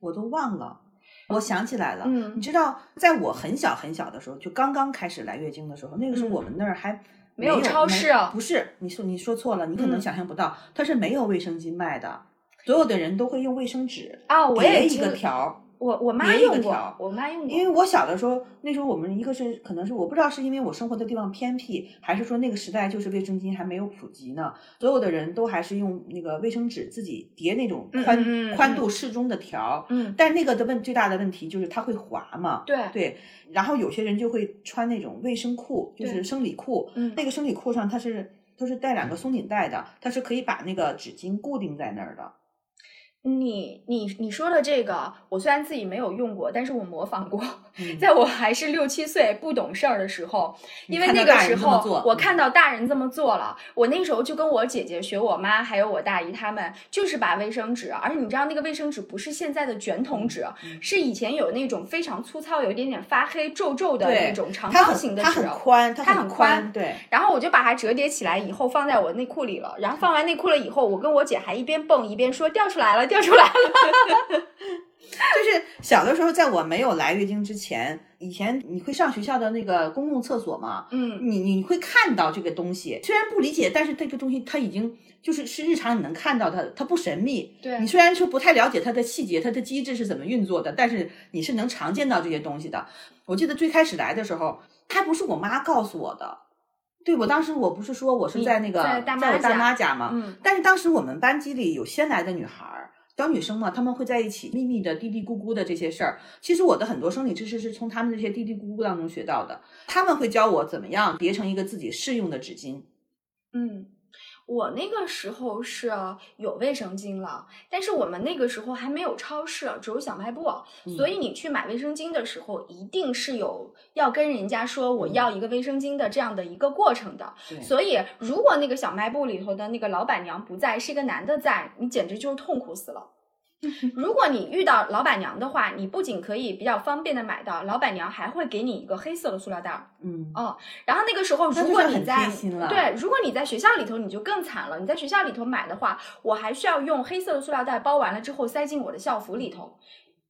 S2: 我都忘了。我想起来了，
S3: 嗯
S2: 你知道，在我很小很小的时候，就刚刚开始来月经的时候，那个时候
S3: 嗯
S2: 我们那儿还
S3: 没有超市啊
S2: 没不是，你说你说错了，你可能
S3: 嗯
S2: 想象不到，它是没有卫生巾卖的，所有的人都会用卫生纸
S3: 啊，我
S2: 叠
S3: 也
S2: 一个
S3: 知
S2: 条儿。
S3: 我我妈
S2: 叠一个
S3: 用
S2: 条
S3: 过，我妈用过，
S2: 因为我小的时候，那时候我们一个是可能是我不知道是因为我生活的地方偏僻，还是说那个时代就是卫生巾还没有普及呢，所有的人都还是用那个卫生纸自己叠那种
S3: 嗯
S2: 宽
S3: 嗯嗯
S2: 宽度适中的条儿。
S3: 嗯，
S2: 但是那个的问最大的问题就是它会滑嘛，
S3: 对，
S2: 对。然后有些人就会穿那种卫生裤，就
S3: 对
S2: 是生理裤，
S3: 嗯，
S2: 那个生理裤上它是它是带两个松紧带的，它是可以把那个纸巾固定在那儿的。
S3: 你你你说的这个，我虽然自己没有用过，但是我模仿过，
S2: 嗯
S3: 在我还是六七岁不懂事儿的时候，
S2: 你
S3: 因为
S2: 看
S3: 那
S2: 到
S3: 个
S2: 大
S3: 时
S2: 人这么
S3: 候
S2: 做
S3: 我
S2: 嗯
S3: 看到大人这么做了，我那时候就跟我姐姐学我妈还有我大姨他们，就是把卫生纸，而且你知道那个卫生纸不是现在的卷筒纸，
S2: 嗯
S3: 是以前有那种非常粗糙、有一点点发黑、皱皱的
S2: 对
S3: 那种长
S2: 它
S3: 方形
S2: 很
S3: 的
S2: 它
S3: 纸
S2: 很。宽，
S3: 它
S2: 它很
S3: 很宽
S2: 宽，对。
S3: 然后我就把它折叠起来，以后放在我内裤里了。然后放完内裤了以后，我跟我姐还一边蹦一边说掉出来了，掉出来了。
S2: 就是小的时候，在我没有来月经之前，以前你会上学校的那个公共厕所吗？
S3: 嗯，
S2: 你你会看到这个东西，虽然不理解，但是这个东西它已经就是是日常你能看到它，它不神秘。
S3: 对
S2: 你虽然说不太了解它的细节，它的机制是怎么运作的，但是你是能常见到这些东西的。我记得最开始来的时候，还不是我妈告诉我的，对我当时我不是说我是
S3: 你
S2: 在那个
S3: 在大妈
S2: 我大
S3: 家
S2: 妈家吗？
S3: 嗯
S2: 但是当时我们班级里有先来的女孩儿，小女生嘛，她们会在一起秘密的嘀嘀咕咕的这些事儿。其实我的很多生理知识是从她们这些嘀嘀咕咕当中学到的。她们会教我怎么样叠成一个自己适用的纸巾。
S3: 嗯，我那个时候是有卫生巾了，但是我们那个时候还没有超市，只有小卖部，
S2: 嗯
S3: 所以你去买卫生巾的时候，一定是有要跟人家说我要一个卫生巾的这样的一个过程的。所以，如果那个小卖部里头的那个老板娘不在，是一个男的在，你简直就是痛苦死了。如果你遇到老板娘的话，你不仅可以比较方便的买到，老板娘还会给你一个黑色的塑料袋儿。
S2: 嗯，
S3: 然后那个时候，
S2: 那
S3: 如
S2: 就
S3: 果
S2: 是
S3: 你
S2: 很
S3: 在
S2: 贴心了。
S3: 对，如果你在学校里头，你就更惨了。你在学校里头买的话，我还需要用黑色的塑料袋包完了之后塞进我的校服里头。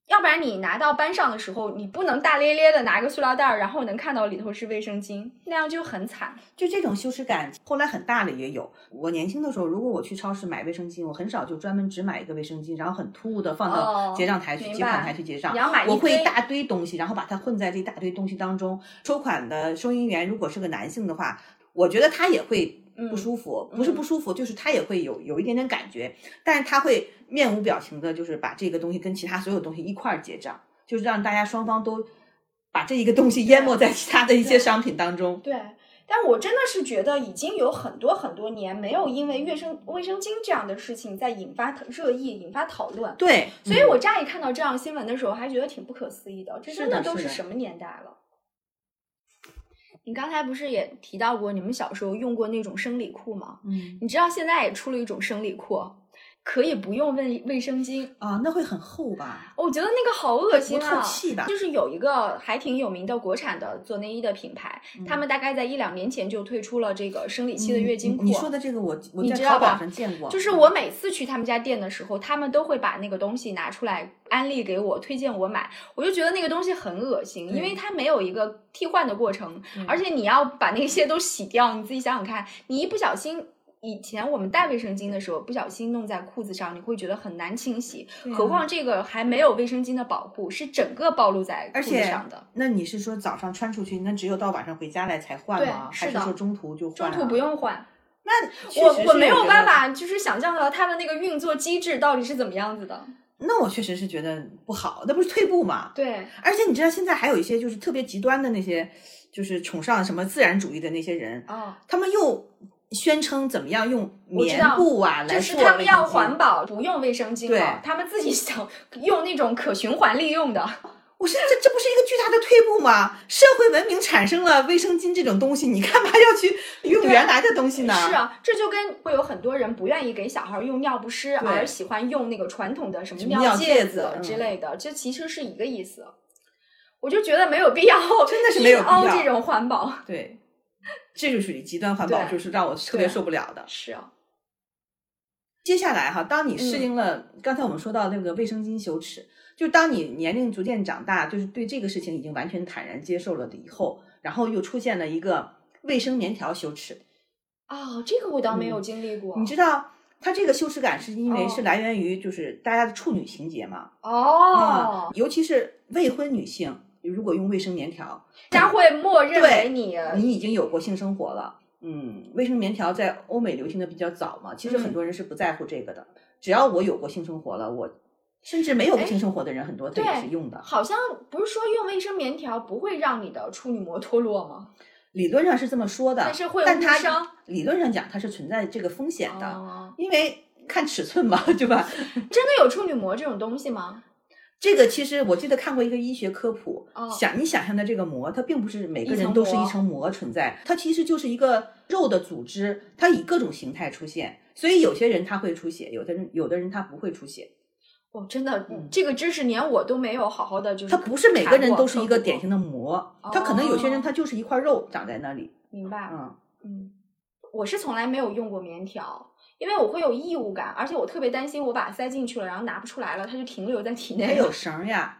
S3: 要不然你拿到班上的时候，你不能大咧咧的拿个塑料袋儿，然后能看到里头是卫生巾，那样就很惨。
S2: 就这种羞耻感，后来很大了也有。我年轻的时候，如果我去超市买卫生巾，我很少就专门只买一个卫生巾，然后很突兀的放
S3: 哦
S2: 到结账台去、
S3: 明白
S2: 结款台去结账
S3: 你。要买一
S2: 啊我会
S3: 堆
S2: 一大堆东西，然后把它混在这一大堆东西当中。收款的收银员如果是个男性的话，我觉得他也会不舒服，
S3: 嗯
S2: 不是不舒服，就是他也会有有一点点感觉，但是他会面无表情的，就是把这个东西跟其他所有东西一块儿结账，就是让大家双方都把这一个东西淹没在其他的一些商品当中。
S3: 对，但我真的是觉得已经有很多很多年没有因为卫生卫生巾这样的事情在引发热议、引发讨论。
S2: 对，
S3: 所以我乍一看到这样新闻的时候，还觉得挺不可思议的，
S2: 嗯
S3: 这
S2: 是
S3: 真
S2: 的
S3: 都
S2: 是
S3: 是
S2: 的
S3: 什么年代了？你刚才不是也提到过，你们小时候用过那种生理裤吗？
S2: 嗯
S3: 你知道现在也出了一种生理裤，可以不用卫卫生巾，哦
S2: 啊，那会很厚吧？
S3: 我觉得那个好恶心
S2: 不
S3: 啊！
S2: 透气吧
S3: 就是有一个还挺有名的国产的做内衣的品牌，他们大概在一两年前就推出了这个生理期的月经裤。
S2: 嗯你你说的这个我我
S3: 你
S2: 在
S3: 知道
S2: 淘
S3: 吧
S2: 宝上见过，嗯
S3: 就是我每次去他们家店的时候，他们都会把那个东西拿出来安利给我，推荐我买。我就觉得那个东西很恶心，
S2: 对嗯
S3: 因为它没有一个替换的过程，
S2: 对
S3: 而且你要把那些都洗掉。你自己想想看，你一不小心。以前我们带卫生巾的时候，不小心弄在裤子上，你会觉得很难清洗。
S2: 对啊
S3: 何况这个还没有卫生巾的保护，是整个暴露在
S2: 而
S3: 裤子
S2: 且
S3: 上的。
S2: 那你是说早上穿出去，那只有到晚上回家来才换
S3: 对
S2: 吗？
S3: 是
S2: 还是
S3: 的
S2: 说中途就换、
S3: 中
S2: 啊？
S3: 途不。用换，
S2: 那
S3: 我我没有
S2: 有
S3: 办。法，就是想象到它的那个运作机制到底是怎么样子的。
S2: 那我确实是觉得不好，那不是退步嘛？
S3: 对，
S2: 而且你知道现在还有一些就是特别极端的那些，就是崇尚什么自然主义的那些人，
S3: 哦，
S2: 他们又宣称怎么样用
S3: 我知
S2: 棉
S3: 道
S2: 布啊来
S3: 就是
S2: 做
S3: 他们要
S2: 卫生巾
S3: 环保，不用卫生巾了
S2: 对，
S3: 他们自己想 用那种可循环利用 的。
S2: 我说这这不是一个巨大的退步吗？社会文明产生了卫生巾这种东西，你干嘛要去用原来的东西呢？
S3: 是啊，这就跟会有很多人不愿意给小孩用尿不湿，
S2: 对
S3: 而喜欢用那个传统的什么
S2: 什么尿
S3: 戒
S2: 戒
S3: 子
S2: 子
S3: 之
S2: 嗯
S3: 类的，这其实是一个意思。我就觉得没有必要，
S2: 真的是没有必
S3: 凹
S2: 要
S3: 这种环保。
S2: 对，这就属于极端环保，
S3: 对
S2: 就是让我特别受不了的。
S3: 是啊，
S2: 接下来哈，当你适
S3: 嗯
S2: 应了、刚才我们说到那个卫生巾羞耻，就当你年龄逐渐长大，就是对这个事情已经完全坦然接受了的以后，然后又出现了一个卫生棉条羞耻，
S3: 哦，这个我倒没有
S2: 嗯
S3: 经历过。
S2: 你知道。它这个羞耻感是因为
S3: 哦
S2: 是来源于就是大家的处女情节嘛，啊
S3: 哦，，
S2: 尤其是未婚女性，如果用卫生棉条，
S3: 大家会默认
S2: 对
S3: 为你
S2: 你已经有过性生活了。嗯，卫生棉条在欧美流行的比较早嘛，其实
S3: 嗯
S2: 很多人是不在乎这个的。只要我有过性生活了，我甚至没有过性生活的人，很多他
S3: 哎对
S2: 也是用的。
S3: 好像不是说用卫生棉条不会让你的处女膜脱落吗？
S2: 理论上是这么说的，
S3: 但是会有
S2: 但
S3: 误
S2: 它
S3: 伤
S2: 理论上讲，它是存在这个风险的，
S3: 哦，
S2: 因为看尺寸嘛， 对吧？
S3: 真的有处女膜这种东西吗？
S2: 这个其实我记得看过一个医学科普，
S3: 哦
S2: 想你想象的这个膜，它并不是每
S3: 一
S2: 个
S3: 层
S2: 人都是
S3: 膜
S2: 一层膜存在，它其实就是一个肉的组织，它以各种形态出现。所以有些人他会出血，有的人有的人他不会出血，
S3: 哦，真的，
S2: 嗯
S3: 这个知识连我都没有好好的，就是
S2: 它不是每个人都是一个
S3: 看过
S2: 典型的膜
S3: 哦，
S2: 它可能有些人他就是一块肉长在那里，
S3: 明白。
S2: 嗯，
S3: 嗯，我是从来没有用过棉条，因为我会有异物感，而且我特别担心我把它塞进去了，然后拿不出来了，它就停留在体
S2: 还
S3: 内了。
S2: 嗯有绳儿 呀。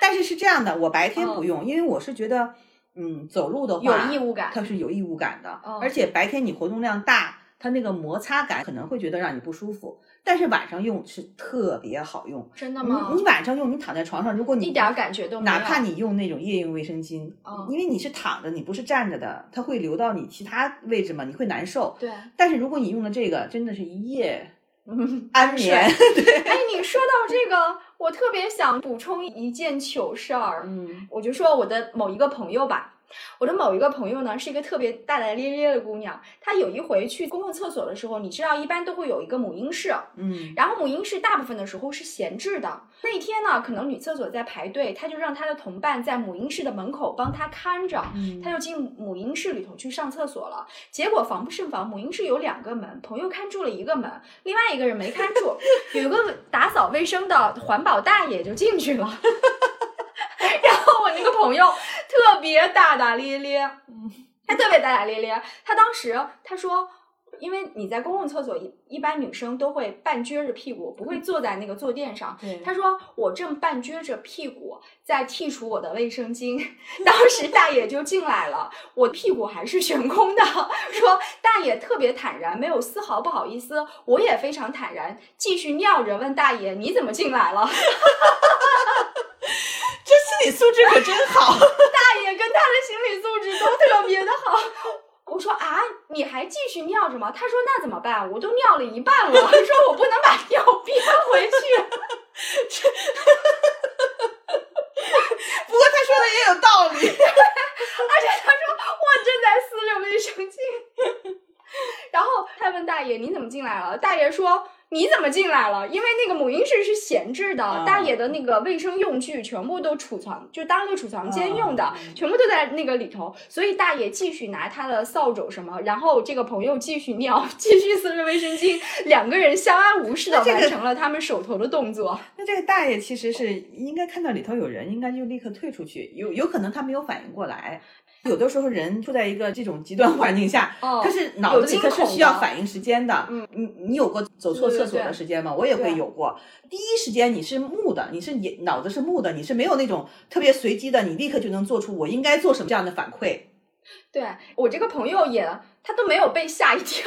S2: 但是是这样的，我白天不用，因为我是觉得，嗯，走路的话
S3: 哦有异物感
S2: 它是有异物感的
S3: 哦，
S2: 而且白天你活动量大，它那个摩擦感可能会觉得让你不舒服。但是晚上用是特别好用，
S3: 真的吗
S2: 你？你晚上用，你躺在床上，如果你
S3: 一点儿感觉都没有。
S2: 嗯哪怕你用那种夜用卫生巾
S3: 哦，
S2: 因为你是躺着，你不是站着的，它会流到你其他位置嘛，你会难受。
S3: 对，哎
S2: 但是如果你用了这个，真的是一夜
S3: 嗯
S2: 安眠。 对，
S3: 哎，你说到这个，我特别想补充一件糗事儿。
S2: 嗯，
S3: 我就说我的某一个朋友吧，我的某一个朋友呢是一个特别大大咧咧的姑娘，她有一回去公共厕所的时候，你知道一般都会有一个母婴室，
S2: 嗯，
S3: 然后母婴室大部分的时候是闲置的。那一天呢，可能女厕所在排队，她就让她的同伴在母婴室的门口帮她看着。
S2: 嗯
S3: 她就进母婴室里头去上厕所了，结果防不胜防，母婴室有两个门，朋友看住了一个门，另外一个人没看住，有一个打扫卫生的环保大爷就进去了。 然后我那个朋友特别大大咧咧，他特别大大咧咧。他当时他说，因为你在公共厕所一一般女生都会半撅着屁股，不会坐在那个坐垫上。
S2: 对
S3: 他说我正半撅着屁股在剔除我的卫生巾， 当时大爷就进来了，我屁股还是悬空的。 说大爷特别坦然，没有丝毫不好意思，我也非常坦然，继续尿着问大爷你怎么进来了？
S1: 这心理素质可真 好。
S3: 大爷跟他的心理素质都特别的好。 我说啊，你还继续尿着吗？他说那怎么办？我都尿了一半了， 说我不能把尿憋回去。
S1: 不过他说的也有道理。
S3: 而且他说我正在撕着卫生巾。 然后他问大爷你怎么进来了？大爷说你怎么进来了？因为那个母婴室是闲置的，
S2: 啊
S1: 嗯
S3: 大爷的那个卫生用具全部都储藏，就当一个储藏间用
S2: 啊
S3: 的，
S1: 嗯
S3: 全部都在那个里头。所以大爷继续拿他的扫帚什么，然后这个朋友继续尿，继续撕着卫生巾，两个人相安无事的
S2: 那这个
S3: 完成了他们手头的动 作。
S2: 那这个大爷其实是应该看到里头有人，应该就立刻退出去。有有可能他没有反应过来，有的时候人处在一个这种极端环境下，
S3: 哦，
S2: 他是脑子里他是需要
S3: 应。
S2: 反应时间的。
S3: 嗯，
S2: 你你有过走错
S3: 对
S2: 厕
S3: 对
S2: 所的
S3: 对
S2: 时间吗？我也
S3: 对
S2: 会有过。第一时间你是木的，你是也脑子是木的，你是没有那种特别随机的，你立刻就能做出我应该做什么这样的反馈。
S3: 对我这个朋友也，他都没有被吓一跳，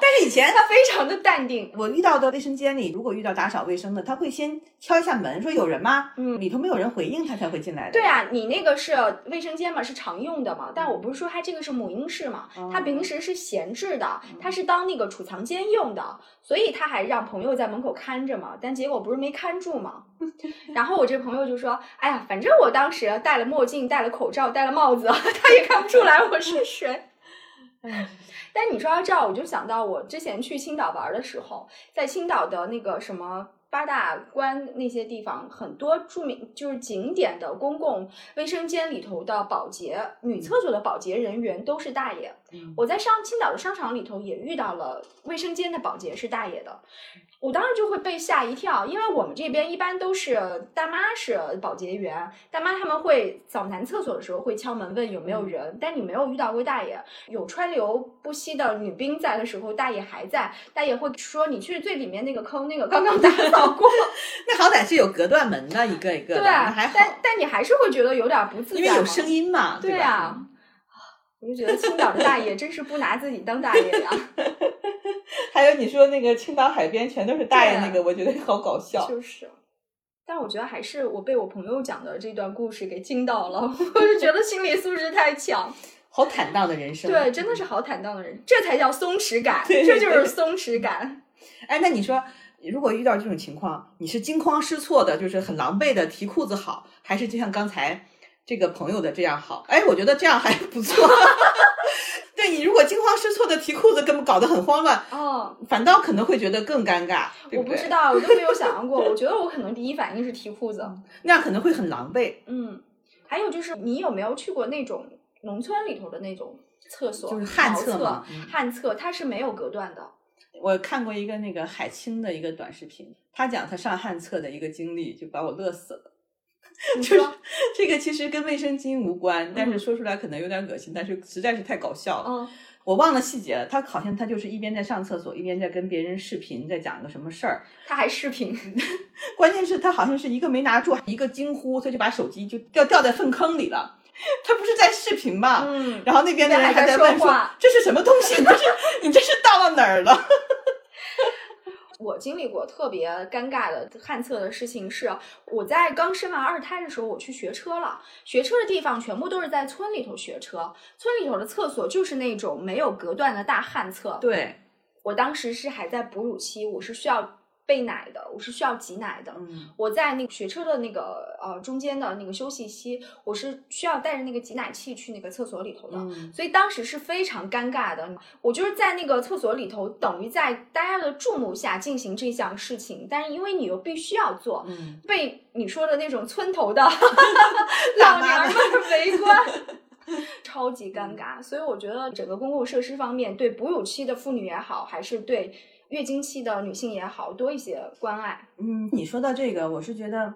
S2: 但是以前
S3: 他非常的淡定。
S2: 我遇到的卫生间里，如果遇到打扫卫生的，他会先敲一下门，说有人吗？
S3: 嗯
S2: 里头没有人回应，他才会进来的。
S3: 对，啊，你那个是卫生间嘛，是常用的嘛，但我不是说它这个是母婴室嘛，它
S2: 哦
S3: 平时是闲置的，它是当那个储藏间用的，所以他还让朋友在门口看着嘛，但结果不是没看住嘛。然后我这朋友就说：“哎呀，反正我当时戴了墨镜、戴了口罩、戴了帽子， 他也看不出来我是谁。”但你说到这儿，我就想到我之前去青岛玩的时候，在青岛的那个什么八大关那些地方，很多著名就是景点的公共卫生间里头的保洁，女厕所的保洁人员都是大爷。
S2: 嗯
S3: 我在上青岛的商场里头也遇到了卫生间的保洁是大爷的。我当时就会被吓一跳，因为我们这边一般都是大妈是保洁员，大妈他们会扫男厕所的时候会敲门问有没
S2: 嗯
S3: 有人，但你没有遇到过大爷，有川流不息的女兵在的时候，大爷还在，大爷会说你去最里面那个坑，那个刚刚打扫 过，
S2: 那好歹是有隔断门的，一个一个
S3: 对，
S2: 的，那
S3: 啊
S2: 还
S3: 但
S2: 好，
S3: 但你还是会觉得有点不自在
S2: 因
S3: 嘛，
S2: 为有声音嘛，
S3: 对
S2: 吧？
S3: 啊
S2: 嗯
S3: 我就觉得青岛的大爷真是不拿自己当大爷呀、
S2: 还有你说那个青岛海边全都是大爷
S3: 对啊
S2: 那个，我觉得好搞笑。
S3: 就是，但我觉得还是我被我朋友讲的这段故事给惊到了， 我就觉得心理素质太强。
S2: 好坦荡的人生。
S3: 对，真的是好坦荡的人，这才叫松弛感，
S2: 对
S3: 这就
S2: 对
S3: 是松弛感。
S2: 哎，那你说，如果遇到这种情况，你是惊慌失措的，就是很狼狈的提裤子好，还是就像刚才这个朋友的这样好？哎，我觉得这样还不错。 对你如果惊慌失措的提裤子，根本搞得很慌乱，
S3: 哦，
S2: 反倒可能会觉得更尴尬， 对
S3: 我
S2: 不
S3: 不
S2: 对？
S3: 知道，我都没有想 象过。我觉得我可能第一反应是提裤子。
S2: 那样可能会很狼狈，
S3: 嗯，还有就是，你有没有去过那种农村里头的那种厕所？
S2: 就是旱
S3: 茅
S2: 厕嘛
S3: 厕，。
S2: 嗯
S3: 旱厕它是没有隔 断的。
S2: 我看过一个那个海清的一个短视频，他讲他上旱厕的一个经历，就把我乐死了。
S3: 你
S2: 就是
S3: 说，
S2: 这个其实跟卫生巾无关，但是说出来可能有点恶心，但是实在是太搞笑了。
S3: 嗯
S2: 我忘了细节了，他好像他就是一边在上厕所，一边在跟别人视频，在讲个什么事儿。
S3: 它还 视频。
S2: 关键是他好像是一个没拿住，一个惊呼，他就把手机就掉掉在粪坑里了。他不是在视频吗？
S3: 嗯，
S2: 然后那边的人
S3: 那还在
S2: 在问说
S3: 说话：“
S2: 这是什么东西？你这是你这是到了哪儿 了
S3: 我经历过特别尴尬的旱厕的事情是，我在刚生完二胎的时候，我去学车了。学车的地方全部都是在村里头学车，村里头的厕所就是那种没有隔断的大旱？”厕。
S2: 对，
S3: 我当时是还在哺乳期，我是需要备奶的，我是需要挤奶的。
S2: 嗯，
S3: 我在那个学车的那个呃中间的那个休息期，我是需要带着那个挤奶器去那个厕所里头的。
S2: 嗯
S3: 所以当时是非常尴尬的。我就是在那个厕所里头，等于在大家的注目下进行这项事情，但是因为你又必须要做，
S2: 嗯，
S3: 被你说的那种村 头的老
S2: 大
S3: 娘
S2: 妈
S3: 们儿围观。超级尴
S2: 嗯
S3: 尬，所以我觉得整个公共设施方面，对哺乳期的妇女也好，还是对月经期的女性也好，多一些关爱。
S2: 嗯，你说到这个，我是觉得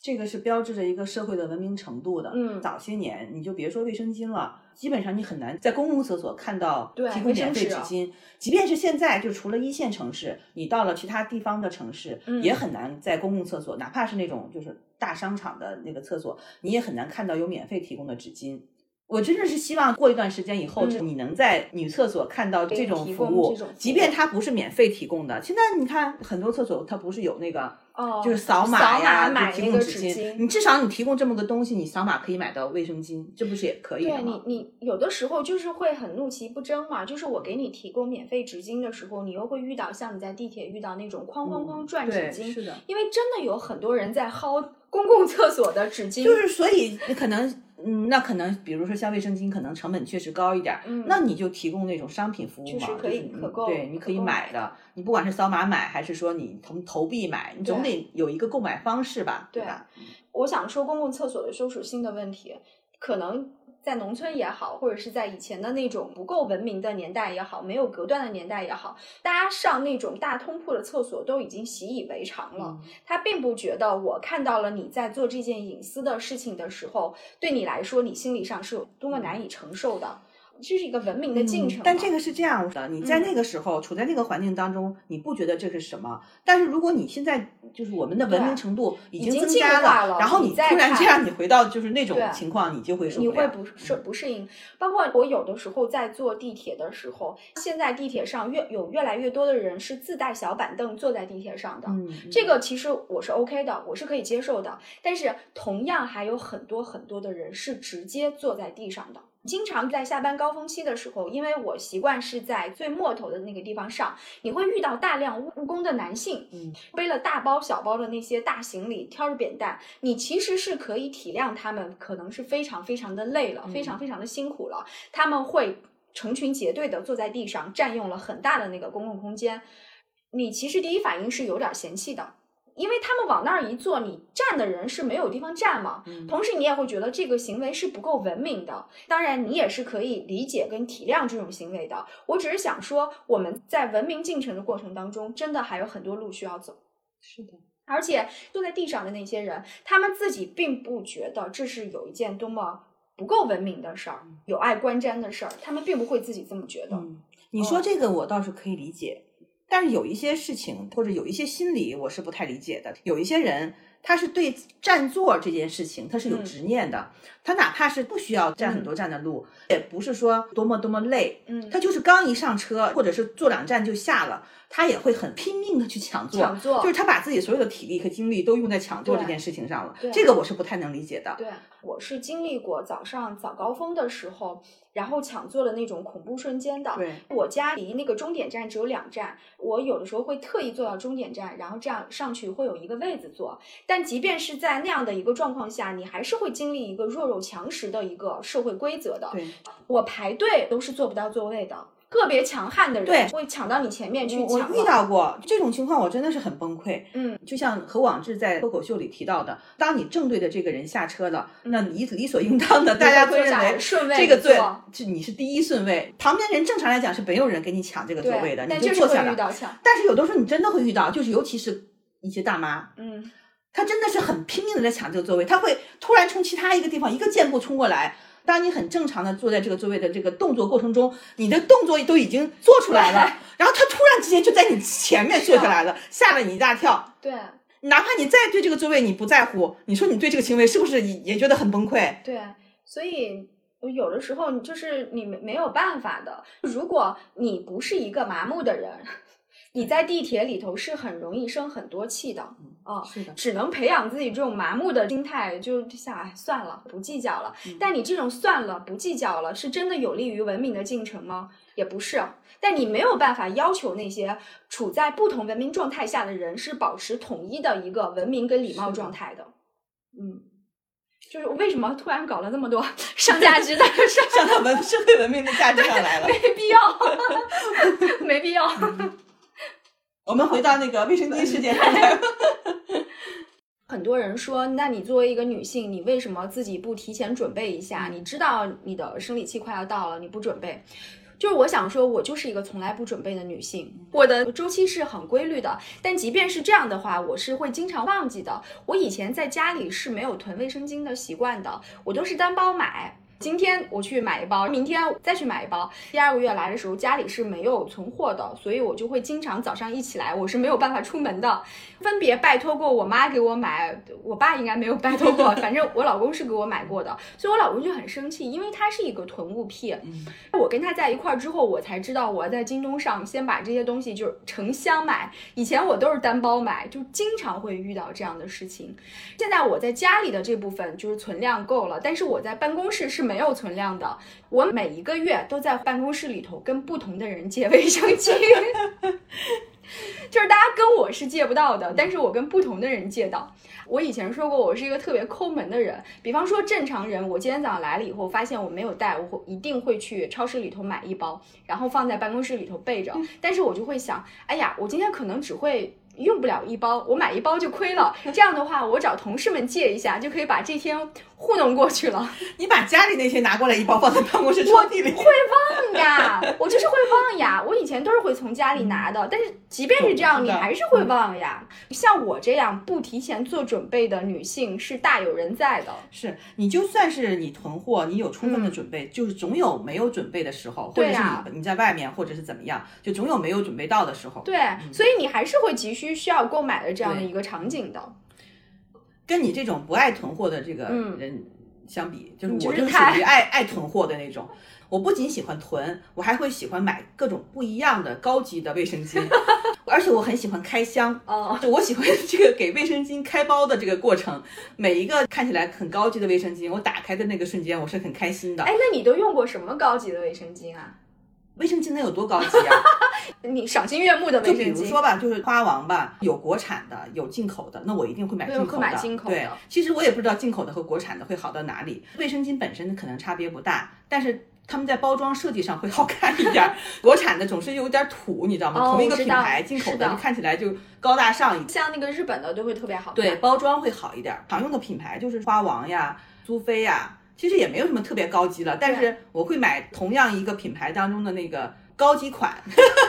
S2: 这个是标志着一个社会的文明程度的。
S3: 嗯
S2: 早些年你就别说卫生巾了，基本上你很难在公共厕所看到
S3: 对
S2: 提
S3: 卫
S2: 供
S3: 生
S2: 免费
S3: 纸
S2: 纸
S3: 啊
S2: 巾。即便是现在，就除了一线城市，你到了其他地方的城市，
S3: 嗯
S2: 也很难在公共厕所，哪怕是那种就是大商场的那个厕所，你也很难看到有免费提供的纸巾。我真的是希望过一段时间以后，
S3: 嗯
S2: 你能在女厕所看到这种
S3: 提
S2: 服
S3: 供
S2: 务
S3: 这种服，
S2: 即
S3: 务
S2: 便它不是免费提供的。现在你看很多厕所它不是有那个
S3: 哦，
S2: 就是扫码
S3: 扫
S2: 呀，
S3: 码买
S2: 就提
S3: 那
S2: 供
S3: 个
S2: 纸
S3: 纸巾
S2: 你至少你提供这么个东西，你扫码可以买到卫生巾，这不是也可以的
S3: 对你
S2: 吗，？
S3: 你有的时候就是会很怒其不争嘛，就是我给你提供免费纸巾的时候，你又会遇到像你在地铁遇到那种哐哐哐转纸
S2: 嗯对，
S3: 巾，
S2: 是的，
S3: 因为真的有很多人在薅公共厕所的纸巾，
S2: 就是所以你可能。嗯，那可能，比如说像卫生巾，可能成本确实高一点儿，
S3: 嗯
S2: 那你就提供那种商品服务
S3: 就
S2: 嘛，
S3: 是
S2: 就
S3: 可以
S2: 你
S3: 可购
S2: 对，你
S3: 可
S2: 可以
S3: 购
S2: 买的，你不管是扫码买还是说你投投币买，你总
S3: 对
S2: 得有一个购买方式吧，对
S3: 对
S2: 吧？
S3: 我想说公共厕所的羞耻性的问题，可能在农村也好，或者是在以前的那种不够文明的年代也好，没有隔断的年代也好，大家上那种大通铺的厕所都已经习以为常
S2: 嗯
S3: 了。他并不觉得我看到了你在做这件隐私的事情的时候，对你来说你心理上是有多么难以承受的。这是一个文明的进程嘛、
S2: 嗯但这个是这样的，你在
S3: 嗯
S2: 那个时候、处在那个环境当中，你不觉得这是什么？但是如果你现在就是我们的文
S3: 对
S2: 明程度已
S3: 已
S2: 经
S3: 经
S2: 增
S3: 进
S2: 加
S3: 化了
S2: 然后
S3: 你
S2: 你
S3: 再
S2: 突然
S3: 看
S2: 这样，你回到就是那种
S3: 对
S2: 情况，你就会受
S3: 你
S2: 不
S3: 会
S2: 了。嗯
S3: 不适不适应。包括我有的时候在坐地铁的时候，现在地铁上越有越来越多的人是自带小板凳坐在地铁上的。
S2: 嗯，
S3: 这个其实我是 OK 的，我是可以接受的。但是同样还有很多很多的人是直接坐在地上的。经常在下班高峰期的时候，因为我习惯是在最末头的那个地方上，你会遇到大量务工的男性，
S2: 嗯，
S3: 背了大包小包的那些大行李，挑着扁担，你其实是可以体谅他们，可能是非常非常的累了，
S2: 嗯
S3: 非常非常的辛苦了，他们会成群结队的坐在地上，占用了很大的那个公共空间。你其实第一反应是有点嫌弃的，因为他们往那儿一坐，你站的人是没有地方站嘛。
S2: 嗯
S3: 同时，你也会觉得这个行为是不够文明的。当然，你也是可以理解跟体谅这种行为的。我只是想说，我们在文明进程的过程当中，真的还有很多路需要走。
S2: 是的，
S3: 而且坐在地上的那些人，他们自己并不觉得这是有一件多么不够文明的事儿，有碍观瞻的事儿，他们并不会自己这么觉得。
S2: 嗯，你说这个我倒是可以理解，但是有一些事情或者有一些心理我是不太理解的。有一些人他是对占座这件事情他是有
S3: 嗯
S2: 执念的，他哪怕是不需要占很多站的路，也不是说多么多么累，
S3: 嗯，
S2: 他就是刚一上车，或者是坐两站就下了，他也会很拼命的去抢座，
S3: 抢座
S2: 就是他把自己所有的体力和精力都用在抢座
S3: 对
S2: 这件事情上了
S3: 对，
S2: 这个我是不太能理解的。
S3: 对，我是经历过早上早高峰的时候，然后抢座的那种恐怖瞬间的。
S2: 对，
S3: 我家离那个终点站只有两站，我有的时候会特意坐到终点站，然后这样上去会有一个位子坐。但即便是在那样的一个状况下，你还是会经历一个弱肉强食的一个社会规则的。
S2: 对，
S3: 我排队都是坐不到座位的，特别强悍的人
S2: 对
S3: 会抢到你前面去
S2: 我
S3: 抢
S2: 我
S3: 了。
S2: 遇到过这种情况，我真的是很崩溃。
S3: 嗯，
S2: 就像何广智在脱口秀里提到的，当你正对着这个人下车了，
S3: 嗯
S2: 那理理所应当的，大
S3: 你
S2: 家
S3: 会
S2: 会
S3: 坐
S2: 认
S3: 下来
S2: 为
S3: 顺位
S2: 这个
S3: 坐
S2: 最这你是第一顺位，旁边人正常来讲是没有人给你抢这个座位的，
S3: 对，
S2: 你
S3: 但
S2: 就
S3: 就是
S2: 坐下
S3: 会遇
S2: 来。
S3: 到抢。
S2: 但是有的时候你真的会遇到，就是尤其是一些大妈，
S3: 嗯，
S2: 他真的是很拼命的在抢这个座位，他会突然从其他一个地方一个箭步冲过来。当你很正常的坐在这个座位的这个动作过程中，你的动作都已经做出来了，然后他突然之间就在你前面坐下来了，吓了你一大跳。
S3: 对
S2: 哪怕你再对这个座位你不在乎，你说你对这个行为是不是也也觉得很崩溃？
S3: 对，所以。有的时候你就是你没没有办法的。如果你不是一个麻木的人， 你在地铁里头是很容易生很多气的啊、
S2: 嗯
S3: 哦
S2: 是 的，
S3: 只能培养自己这种麻木的心态，就想哎算了，不计较了。
S2: 嗯
S3: 但你这种算了不计较了，是真的有利于文明的进程吗？也不是。啊但你没有办法要求那些处在不同文明状态下的人是保持统一的一个文明跟礼貌
S2: 是的
S3: 状态的。嗯，就是为什么突然搞了那么多上 价值的事儿？
S2: 上到文社会文明的价值上来了。
S3: 没必要， 没必要。
S2: 我们回到那个卫生巾事件上来，
S3: 很多人说，那你作为一个女性，你为什么自己不提前准备一下？你知道你的生理期快要到了，你不准备，就是我想说，我就是一个从来不准备的女性，我的周期是很规律的。但即便是这样的话，我是会经常忘记的。我以前在家里是没有囤卫生巾的习惯的，我都是单包买。今天我去买一包，明天再去买一包。第二个月来的时候，家里是没有存货的，所以我就会经常早上一起来，我是没有办法出门的。分别拜托过我妈给我买，我爸应该没有拜托过，反正我老公是给我买过的，所以我老公就很生气，因为他是一个囤物癖。我跟他在一块儿之后，我才知道我要在京东上先把这些东西就是成箱买，以前我都是单包买，就经常会遇到这样的事情。现在我在家里的这部分就是存量够了，但是我在办公室是没有存量的。我每一个月都在办公室里头跟不同的人借卫生巾， 就是大家跟我是借不到的，但是我跟不同的人借到。我以前说过，我是一个特别抠门的人。比方说，正常人，我今天早上来了以后，发现我没有带，我会一定会去超市里头买一包，然后放在办公室里头备
S2: 嗯
S3: 着。但是我就会想，哎呀，我今天可能只会。用不了一包，我买一包就亏 了。这样的话，我找同事们借一下，就可以把这天糊弄过去了。
S2: 你把家里那些拿过来一包放在办公室抽屉里，
S3: 会
S2: 嗯
S3: 忘呀，我就是会忘呀。我以前都是会从家里拿的，但是即便是这样，
S2: 懂嗯
S3: 你
S2: 知道嗯
S3: 还是会忘呀。像我这样不提前做准备的女性是大有人在的。
S2: 是你就算是你囤货，你有充分的
S3: 嗯
S2: 准备，就是总有没有准备的时候，或
S3: 对啊
S2: 者是
S3: 呀
S2: 你你在外面，或者是怎么样，就总有没有准备到的时候。
S3: 对，所以你还是会急需需要购买的这样的
S2: 对
S3: 一个场景的。
S2: 跟你这种不爱囤货的这个
S3: 嗯
S2: 人相比，就是
S3: 你就
S2: 我
S3: 是
S2: 就是
S3: 太
S2: 属于爱爱囤货的那种。我不仅喜欢囤，我还会喜欢买各种不一样的高级的卫生 巾，而且我很喜欢开箱。
S3: 哦，
S2: 就我喜欢这个给卫生巾开包的这个过程，每一个看起来很高级的卫生巾，我打开的那个瞬间，我是很开心的。
S3: 哎，那你都用过什么高级的卫生巾啊？
S2: 卫生巾能有多高级啊？
S3: 你赏心悦目的
S2: 就
S3: 卫
S2: 比
S3: 生
S2: 如
S3: 巾。
S2: 说吧，就是花王吧，有国产的，有进口的，那我一定会买
S3: 对
S2: 进
S3: 会
S2: 口的。
S3: 买进口的
S2: 对，其实我也不知道进口的和国产的会好到哪里。卫生巾本身可能差别不大，但是。他们在包装设计上会好看一点儿，国产的总是有点土，你知道吗？
S3: 哦
S2: 同一个
S3: 我知
S2: 品
S3: 道
S2: 牌进口
S3: 是
S2: 的
S3: 的
S2: 就看起来就高大上一点。
S3: 像那个日本的都会特别好看，
S2: 对，包装会好一点儿。常用的品牌就是花王呀、苏菲呀，其实也没有什么特别高级了，但是我会买同样一个品牌当中的那个高级款，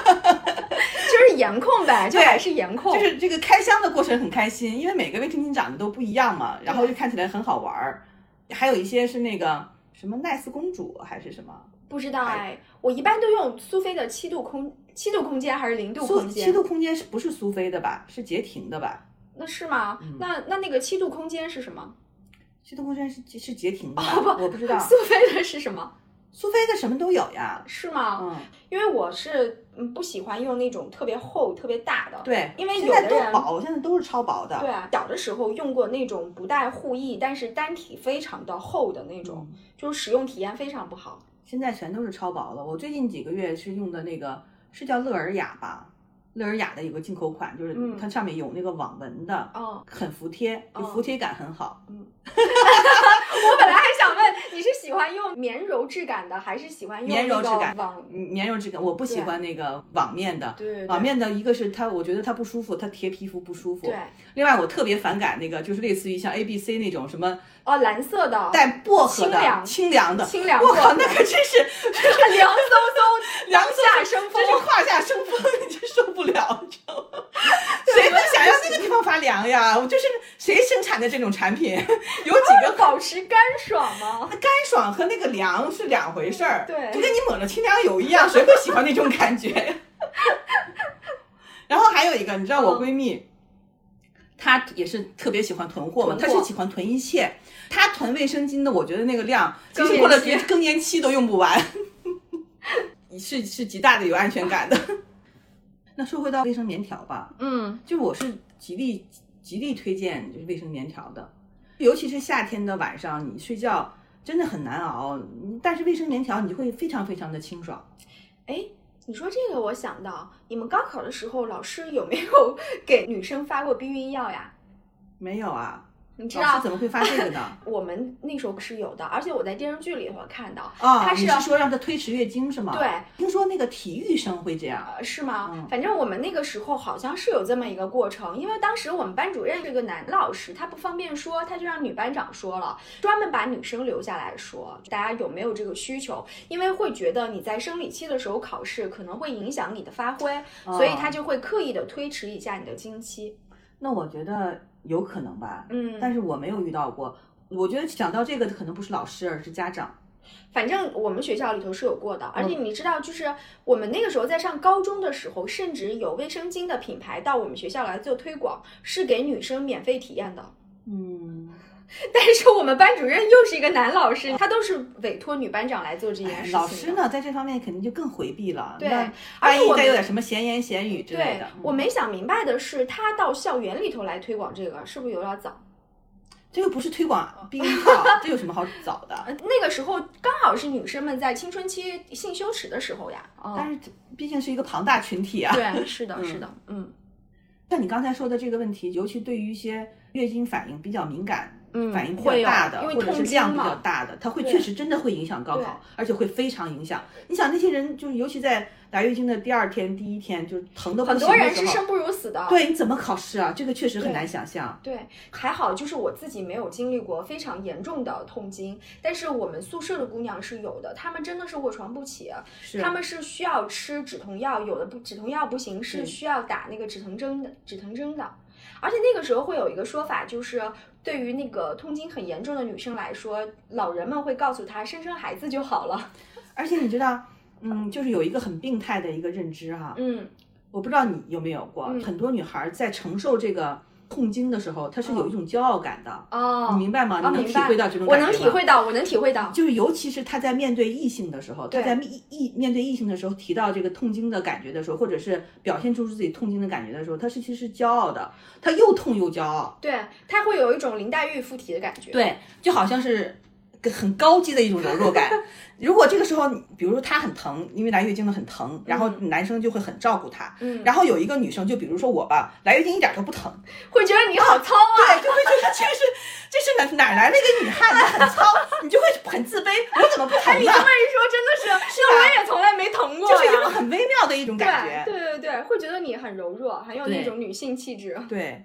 S3: 就是颜控呗，就
S2: 对
S3: 还是颜控，
S2: 就是这个开箱的过程很开心，因为每个卫生巾长得都不一样嘛，然
S3: 嗯
S2: 后就看起来很好玩儿。还有一些是那个什么奈斯公主还是什么
S3: 不知道哎，我一般都用苏菲的七度空七度空间还是零度
S2: 苏
S3: 空间？
S2: 七度空间是不是苏菲的吧？是洁婷的吧？
S3: 那是吗？那那那个七度空间是什么？
S2: 七度空间是是洁婷的吧？
S3: 哦
S2: 我不知道，
S3: 苏菲的是什么？
S2: 苏菲的什么都有呀。
S3: 是吗？
S2: 嗯，
S3: 因为我是嗯不喜欢用那种特别厚、特别大的。
S2: 对，
S3: 因为
S2: 现
S3: 有
S2: 在
S3: 的
S2: 都
S3: 人
S2: 薄，现在都是超薄的。
S3: 对啊，小的时候用过那种不带护翼，但是单体非常的厚的那种，
S2: 嗯
S3: 就是使用体验非常不好。
S2: 现在全都是超薄了。我最近几个月是用的那个是叫乐尔雅吧，乐尔雅的有个进口款，就是
S3: 嗯
S2: 它上面有那个网纹的，
S3: 哦，
S2: 很服帖，就服帖感很好。
S3: 我本来还想问你是喜欢用绵柔质感的，还是喜欢用
S2: 绵柔质
S3: 那个
S2: 感
S3: 网？
S2: 绵柔质感，我不喜欢那个网面的。
S3: 对对对
S2: 网面的一个是它，我觉得它不舒服，它贴皮肤不舒服。
S3: 对，
S2: 另外，我特别反感那个，就是类似于像 A B C 那种什么
S3: 哦，蓝色的，
S2: 带薄荷的、
S3: 清凉
S2: 清凉的。
S3: 清凉
S2: 我靠，
S3: 薄荷
S2: 那可真是
S3: 凉飕飕，
S2: 凉飕
S3: 下生风
S2: 真。是胯下生风， 你就受不了，你知道吗？ 谁会想要那个地方发凉呀？我就是谁生产的这种产品， 有几个
S3: 保持干爽 吗？
S2: 干爽和那个凉是两回事儿，
S3: 对
S2: 就跟你抹了清凉油一样，谁会喜欢那种感觉？ 然后还有一个，你知道
S3: 嗯
S2: 我闺蜜，她也是特别喜欢囤货嘛，她
S3: 囤货
S2: 是喜欢囤一切，她囤卫生巾的，我觉得那个量，即
S3: 更
S2: 使过了
S3: 年期
S2: 更年期都用不完， 是是极大的有安全感的。 那说回到卫生棉条吧，
S3: 嗯，
S2: 就我是极力极力推荐就是卫生棉条的，尤其是夏天的晚上，你睡觉真的很难熬。嗯但是卫生棉条你就会非常非常的清爽。
S3: 哎，你说这个，我想到你们高考 的时候，老师有没有给女生发过避孕药呀？
S2: 没有啊，
S3: 你知
S2: 老
S3: 道
S2: 师怎么会发这个 呢？
S3: 我们那时候是有的，而且我在电视剧里头看到，
S2: 啊，
S3: 他
S2: 你
S3: 是
S2: 是说让他推迟月经是吗？
S3: 对，
S2: 听说那个体育生会这样。
S3: 呃，是吗？
S2: 嗯
S3: 反正我们那个时候好像是有这么一个过程，因为当时我们班主任这个男老师他不方便说，他就让女班长说了，专门把女生留下来说，大家有没有这个需求？因为会觉得你在生理期的时候考试可能会影响你的发挥，
S2: 嗯
S3: 所以他就会刻意的推迟一下你的经期。
S2: 那我觉得有可能吧，
S3: 嗯，
S2: 但是我没有遇到过。我觉得想到这个的可能不是老师，而是家长。
S3: 反正我们学校里头是有过的，而
S2: 嗯
S3: 且你知道，就是我们那个时候在上高中的时候，甚至有卫生巾的品牌到我们学校来做推广，是给女生免费体验的。
S2: 嗯，
S3: 但是我们班主任又是一个男老师，他都是委托女班长来做这件事情。
S2: 哎老师？呢，在这方面肯定就更回避了。
S3: 对
S2: 那
S3: 而
S2: 万
S3: 且
S2: 一
S3: 我
S2: 再
S3: 们
S2: 有点什么闲言闲语之类
S3: 对
S2: 的，嗯，
S3: 我没想明白的是，他到校园里头来推广这个，是不是有点早？
S2: 这又不是推
S3: 哦
S2: 广避孕套，这有什么好找的？
S3: 呃那个时候刚好是女生们在青春期性羞耻的时候呀。
S2: 但是这毕竟是一个庞大群体啊。
S3: 对，是的，
S2: 哦嗯
S3: 是的，嗯
S2: 像你刚才说的这个问题，尤其对于一些月经反应比较敏感、
S3: 嗯，
S2: 反应比
S3: 会
S2: 较
S3: 有
S2: 大的，
S3: 因为
S2: 或者
S3: 痛
S2: 是
S3: 经
S2: 量比较
S3: 嘛。
S2: 大的，它会
S3: 对
S2: 确实真的会影响高
S3: 对
S2: 考，而且会非常影响。你想那些人，就是尤其在来月经的第二天、第一天，就是疼的不
S3: 很
S2: 行
S3: 多人
S2: 的
S3: 是
S2: 时候，
S3: 生不如死的。
S2: 对，你怎么考试啊？这个确实很
S3: 对
S2: 难想象。
S3: 对，还好就是我自己没有经历过非常严重的痛经，但是我们宿舍的姑娘是有的，她们真的是卧床不起，啊
S2: 是
S3: 他们是需要吃止痛药，有的不止痛药不行，是
S2: 嗯
S3: 需要打那个止疼针的，止疼针的。而且那个时候会有一个说法，就是对于那个痛经很严重的女生来说，老人们会告诉她生生孩子就 好了。
S2: 而且你知道，嗯，就是有一个很病态的一个认知哈、
S3: 嗯，
S2: 我不知道你有没有过，
S3: 嗯
S2: 很多女孩在承受这个痛经的时候，她是有一种骄傲感的，你
S3: 哦，
S2: 嗯明白吗？
S3: 哦
S2: 你能
S3: 明
S2: 体
S3: 白
S2: 会到这种
S3: 我
S2: 感觉吗？
S3: 能体会到，我能体会到。
S2: 就是尤其是她在面对异性的时候，她
S3: 对
S2: 在异异面对异性的时候提到这个痛经的感觉的时候，或者是表现出自己痛经的感觉的时候，她是其实是骄傲的，她又痛又骄傲，
S3: 对，她会有一种林黛玉附体的感觉。，
S2: 对，就好像是个很高级的一种柔弱 感。如果这个时候，比如说她很疼，因为来月经了很疼，然后男生就会很照顾她。
S3: 嗯，
S2: 然后有一个女生，就比如说我吧，来月经一点都不疼，
S3: 会觉得你好糙啊。
S2: 对，就会觉得这是这是哪哪来的一个女汉子很糙，你就会很自卑，我怎么不疼
S3: 你
S2: 呢
S3: 这？么一说，真的是，那我也从来没疼过呀。
S2: 就是一种很微妙的一种感觉。
S3: 对对对对，会觉得你很柔弱，很有那
S2: 对
S3: 种女性 气质。
S2: 对，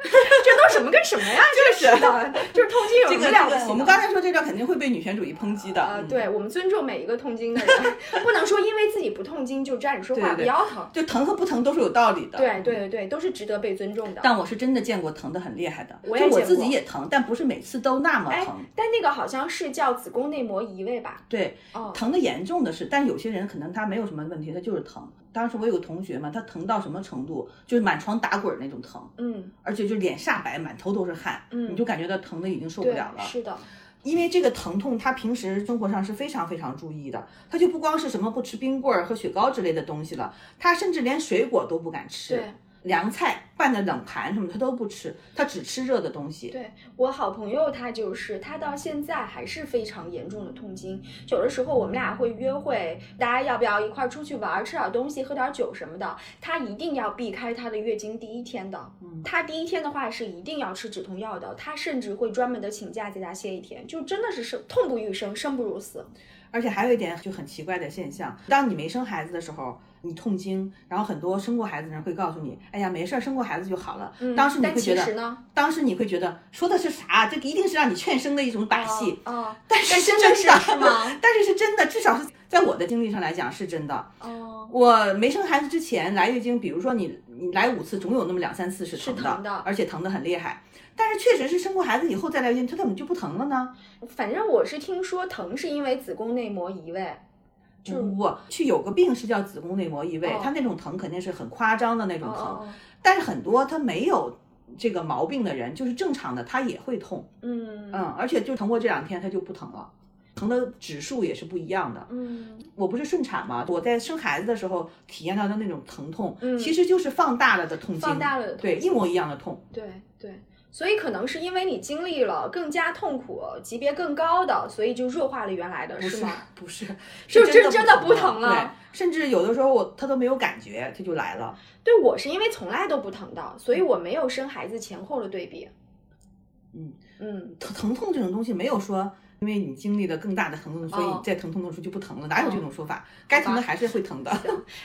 S3: 这都什么跟什 么呀？
S2: 就是
S3: 真 的，就是痛经有
S2: 这个
S3: 什么
S2: 这
S3: 了不起
S2: 个，
S3: 的？
S2: 我们刚才说这段肯定会被女权主义抨击的。
S3: 呃，
S2: 嗯，
S3: 对我们尊重每一个痛经的人， 不能说因为自己不痛经就站着说话
S2: 对对对
S3: 不腰疼。
S2: 就疼和不疼都是有道理的。
S3: 对对对对，都是值得被尊重的。
S2: 但我是真的见过疼的很厉害的，
S3: 我也
S2: 就我
S3: 见
S2: 自
S3: 过
S2: 己也疼，但不是每次都那么
S3: 哎
S2: 疼。
S3: 但那个好像是叫子宫内膜移位吧？
S2: 对，
S3: 哦，
S2: 疼的严重的是，但有些人可能他没有什么问题，他就是疼。当时我有个同学嘛，他疼到什么程度，就是满床打滚儿那种疼，
S3: 嗯，
S2: 而且就脸煞白，满头都是汗，
S3: 嗯
S2: 你就感觉到疼的已经受不
S3: 对
S2: 了，了。
S3: 是的，
S2: 因为这个疼痛，他平时生活上是非常非常注意的，他就不光是什么不吃冰棍儿和雪糕之类的东西了，他甚至连水果都不敢吃
S3: 对，
S2: 凉菜拌的冷盘什么他都不吃，他只吃热的东西。
S3: 对我好朋友，她就是她到现在还是非常严重的痛经。有的时候我们俩会约会，大家要不要一块儿出去玩儿，吃点东西，喝点酒什么的，她一定要避开她的月经第一天的。
S2: 嗯
S3: 她第一天的话是一定要吃止痛药的，她甚至会专门的请假在家歇一天，就真的是生痛不欲生，生不如死。
S2: 而且还有一点就很奇怪的现象，当你没生孩子的时候，你痛经，然后很多生过孩子的人会告诉你，哎呀，没事儿，生过孩子就好了。
S3: 嗯，
S2: 当时你
S3: 但
S2: 会觉
S3: 其实
S2: 得，
S3: 呢，
S2: 当时你会觉得说的是啥？这一定是让你劝生的一种把戏。
S3: 啊、哦
S2: 但是
S3: 但
S2: 是
S3: 真的
S2: 真
S3: 是
S2: 的
S3: 是吗？
S2: 但是是真的，至少是在我的经历上来讲是真的。
S3: 哦，
S2: 我没生孩子之前来月经，比如说你你来五次，总有那么两三次是
S3: 是
S2: 疼的，
S3: 疼的
S2: 而且疼的很厉害。但是确实是生过孩子以后再来月经，它怎么就不疼了呢？
S3: 哦反正我是听说疼是因为子宫内膜移位，就是
S2: 我去有个病是叫子宫内膜异位，
S3: 哦
S2: 它那种疼肯定是很夸张的那种
S3: 哦
S2: 疼，
S3: 哦哦
S2: 但是很多他没有这个毛病的人，就是正常的他也会痛，
S3: 嗯
S2: 嗯，而且就疼过这两天他就不疼了，疼的指数也是不一样的。
S3: 嗯。
S2: 我不是顺产嘛，我在生孩子的时候体验到的那种疼痛，
S3: 嗯
S2: 其实就是放大了的痛经，
S3: 放大了的痛
S2: 对，一模一样的痛。
S3: 对对，所以可能是因为你经历了更加痛苦、级别更高的，所以就弱化了原来的，
S2: 不是
S3: 吗？
S2: 不是，
S3: 就是真的不疼了
S2: 对，甚至有的时候我他都没有感觉，他就来了。
S3: 对我是因为从来都不疼的，所以我没有生孩子前后的对比。
S2: 嗯
S3: 嗯，
S2: 疼疼痛这种东西没有说，因为你经历了更大的疼痛，所以
S3: 哦
S2: 在疼痛的时候就不疼了，哪有这种说法？该
S3: 吧
S2: 疼的还是会疼的。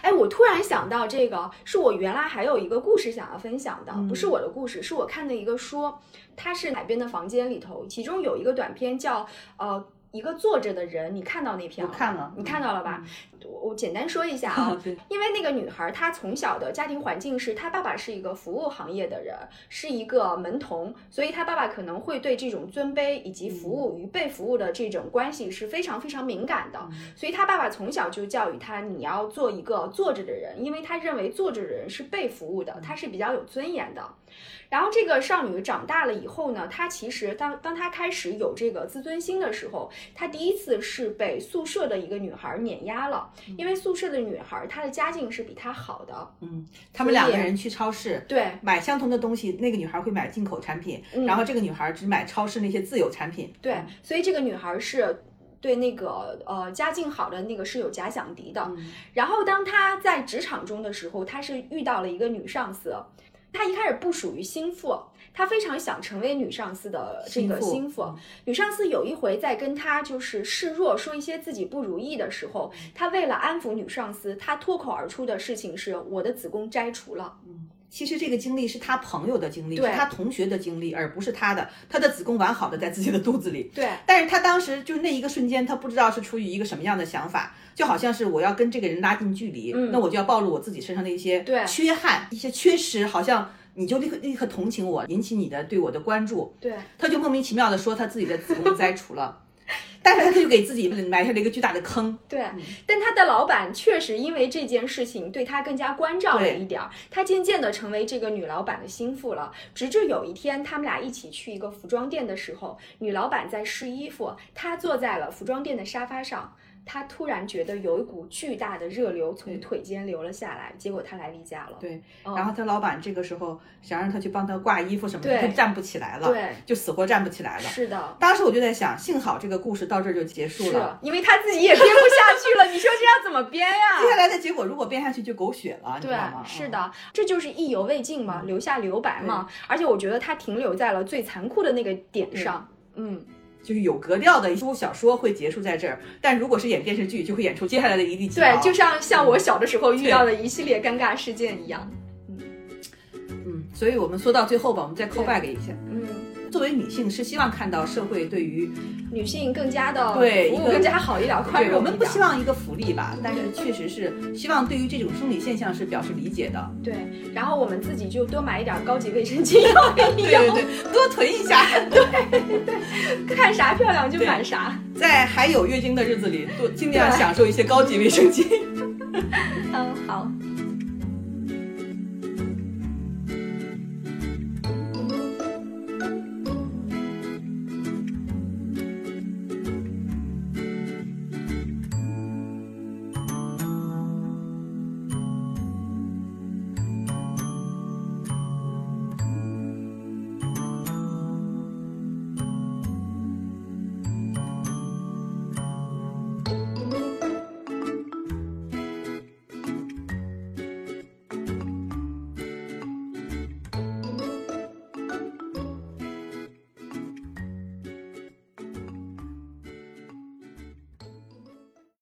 S3: 哎，我突然想到这个，是我原来还有一个故事想要分享的，
S2: 嗯
S3: 不是我的故事，是我看的一个书，它是海边的房间里头，其中有一个短片叫呃。一个坐着的人，你看到那篇
S2: 我
S3: 吗
S2: 看了嗯
S3: 你看到了吧？我我简单说一下啊、
S2: 对
S3: 因为那个女孩她从小的家庭环境是，她爸爸是一个服务行业的人，是一个门童，所以她爸爸可能会对这种尊卑以及服务与被服务的这种关系是非常非常敏感的。所以她爸爸从小就教育她，你要做一个坐着的人，因为他认为坐着的人是被服务的，他是比较有尊严的。然后这个少女长大了以后呢，她其实当当她开始有这个自尊心的时候，她第一次是被宿舍的一个女孩碾压了，
S2: 嗯
S3: 因为宿舍的女孩她的家境是比她好的，
S2: 他们两个人去超市。
S3: 对，
S2: 买相同的东西，那个女孩会买进口产品，
S3: 嗯
S2: 然后这个女孩只买超市那些自有产品。
S3: 对，所以这个女孩是对那个呃家境好的那个是有假想敌的。
S2: 嗯
S3: 然后当她在职场中的时候，她是遇到了一个女上司，她一开始不属于心腹，她非常想成为女上司的这个
S2: 心腹嗯
S3: 心腹。女上司有一回在跟她就是示弱，说一些自己不如意的时候，
S2: 嗯
S3: 她为了安抚女上司，她脱口而出的事情是我的子宫摘除了。
S2: 其实这个经历是她朋友的经历，是
S3: 对
S2: 她同学的经历，而不是她的。她的子宫完好的在自己的肚子里，
S3: 对，
S2: 但是她当时就那一个瞬间，她不知道是出于一个什么样的想法，就好像是我要跟这个人拉近距离，
S3: 嗯
S2: 那我就要暴露我自己身上的一些
S3: 对
S2: 缺憾、一些缺失，好像你就立刻立刻同情我，引起你的对我的关注，
S3: 对，
S2: 她就莫名其妙的说她自己的子宫摘除了， 但是她就给自己埋下了一个巨大的坑，
S3: 对，啊但他的老板确实因为这件事情对他更加关照了
S2: 对
S3: 一点儿，他渐渐的成为这个女老板的心腹了。直至有一天，他们俩一起去一个服装店的时候，女老板在试衣服，她坐在了服装店的沙发上。她突然觉得有一股巨大的热流从
S2: 对
S3: 腿间流了下来，结果她来例假了。
S2: 对，
S3: 嗯
S2: 然后她老板这个时候想让她去帮她挂衣服什么的，
S3: 对
S2: 她站不起来了，
S3: 对
S2: 就死活站不起来了。
S3: 是的，
S2: 当时我就在想，幸好这个故事到这儿就结束
S3: 是
S2: 了。
S3: 因为她自己也编不下去了，你说这要怎么编 呀、
S2: 接下来的结果如果编下去就狗血了，你知
S3: 对啊
S2: 道吗？，
S3: 是
S2: 嗯。
S3: 的，这就是意犹未尽嘛，留下留白嘛。而且我觉得它停留在了最残酷的那个点上。嗯，
S2: 就是有格调的一部小说会结束在这儿，但如果是演电视剧，就会演出接下来的一嗯地鸡毛。
S3: 对，就像像我小的时候遇到的一系列尴尬事件一样。
S2: 嗯，所以我们说到最后吧，我们再 call back 一下。
S3: 嗯，
S2: 作为女性，是希望看到社会对于
S3: 女性更加的
S2: 对
S3: 服
S2: 一
S3: 务
S2: 个
S3: 更加好一点，宽
S2: 对
S3: 容
S2: 我们不希
S3: 望
S2: 望一个福利吧，但是确实是希望对于这种生理现象是表示理解的。
S3: 对，然后我们自己就多买一点高级卫生巾用一
S2: 对
S3: 用，
S2: 对对，多囤一下，
S3: 看啥漂亮就
S2: 对
S3: 买啥。
S2: 在还有月经的日子里，多尽量
S3: 对
S2: 享受一些高级卫生巾。
S3: 嗯，好，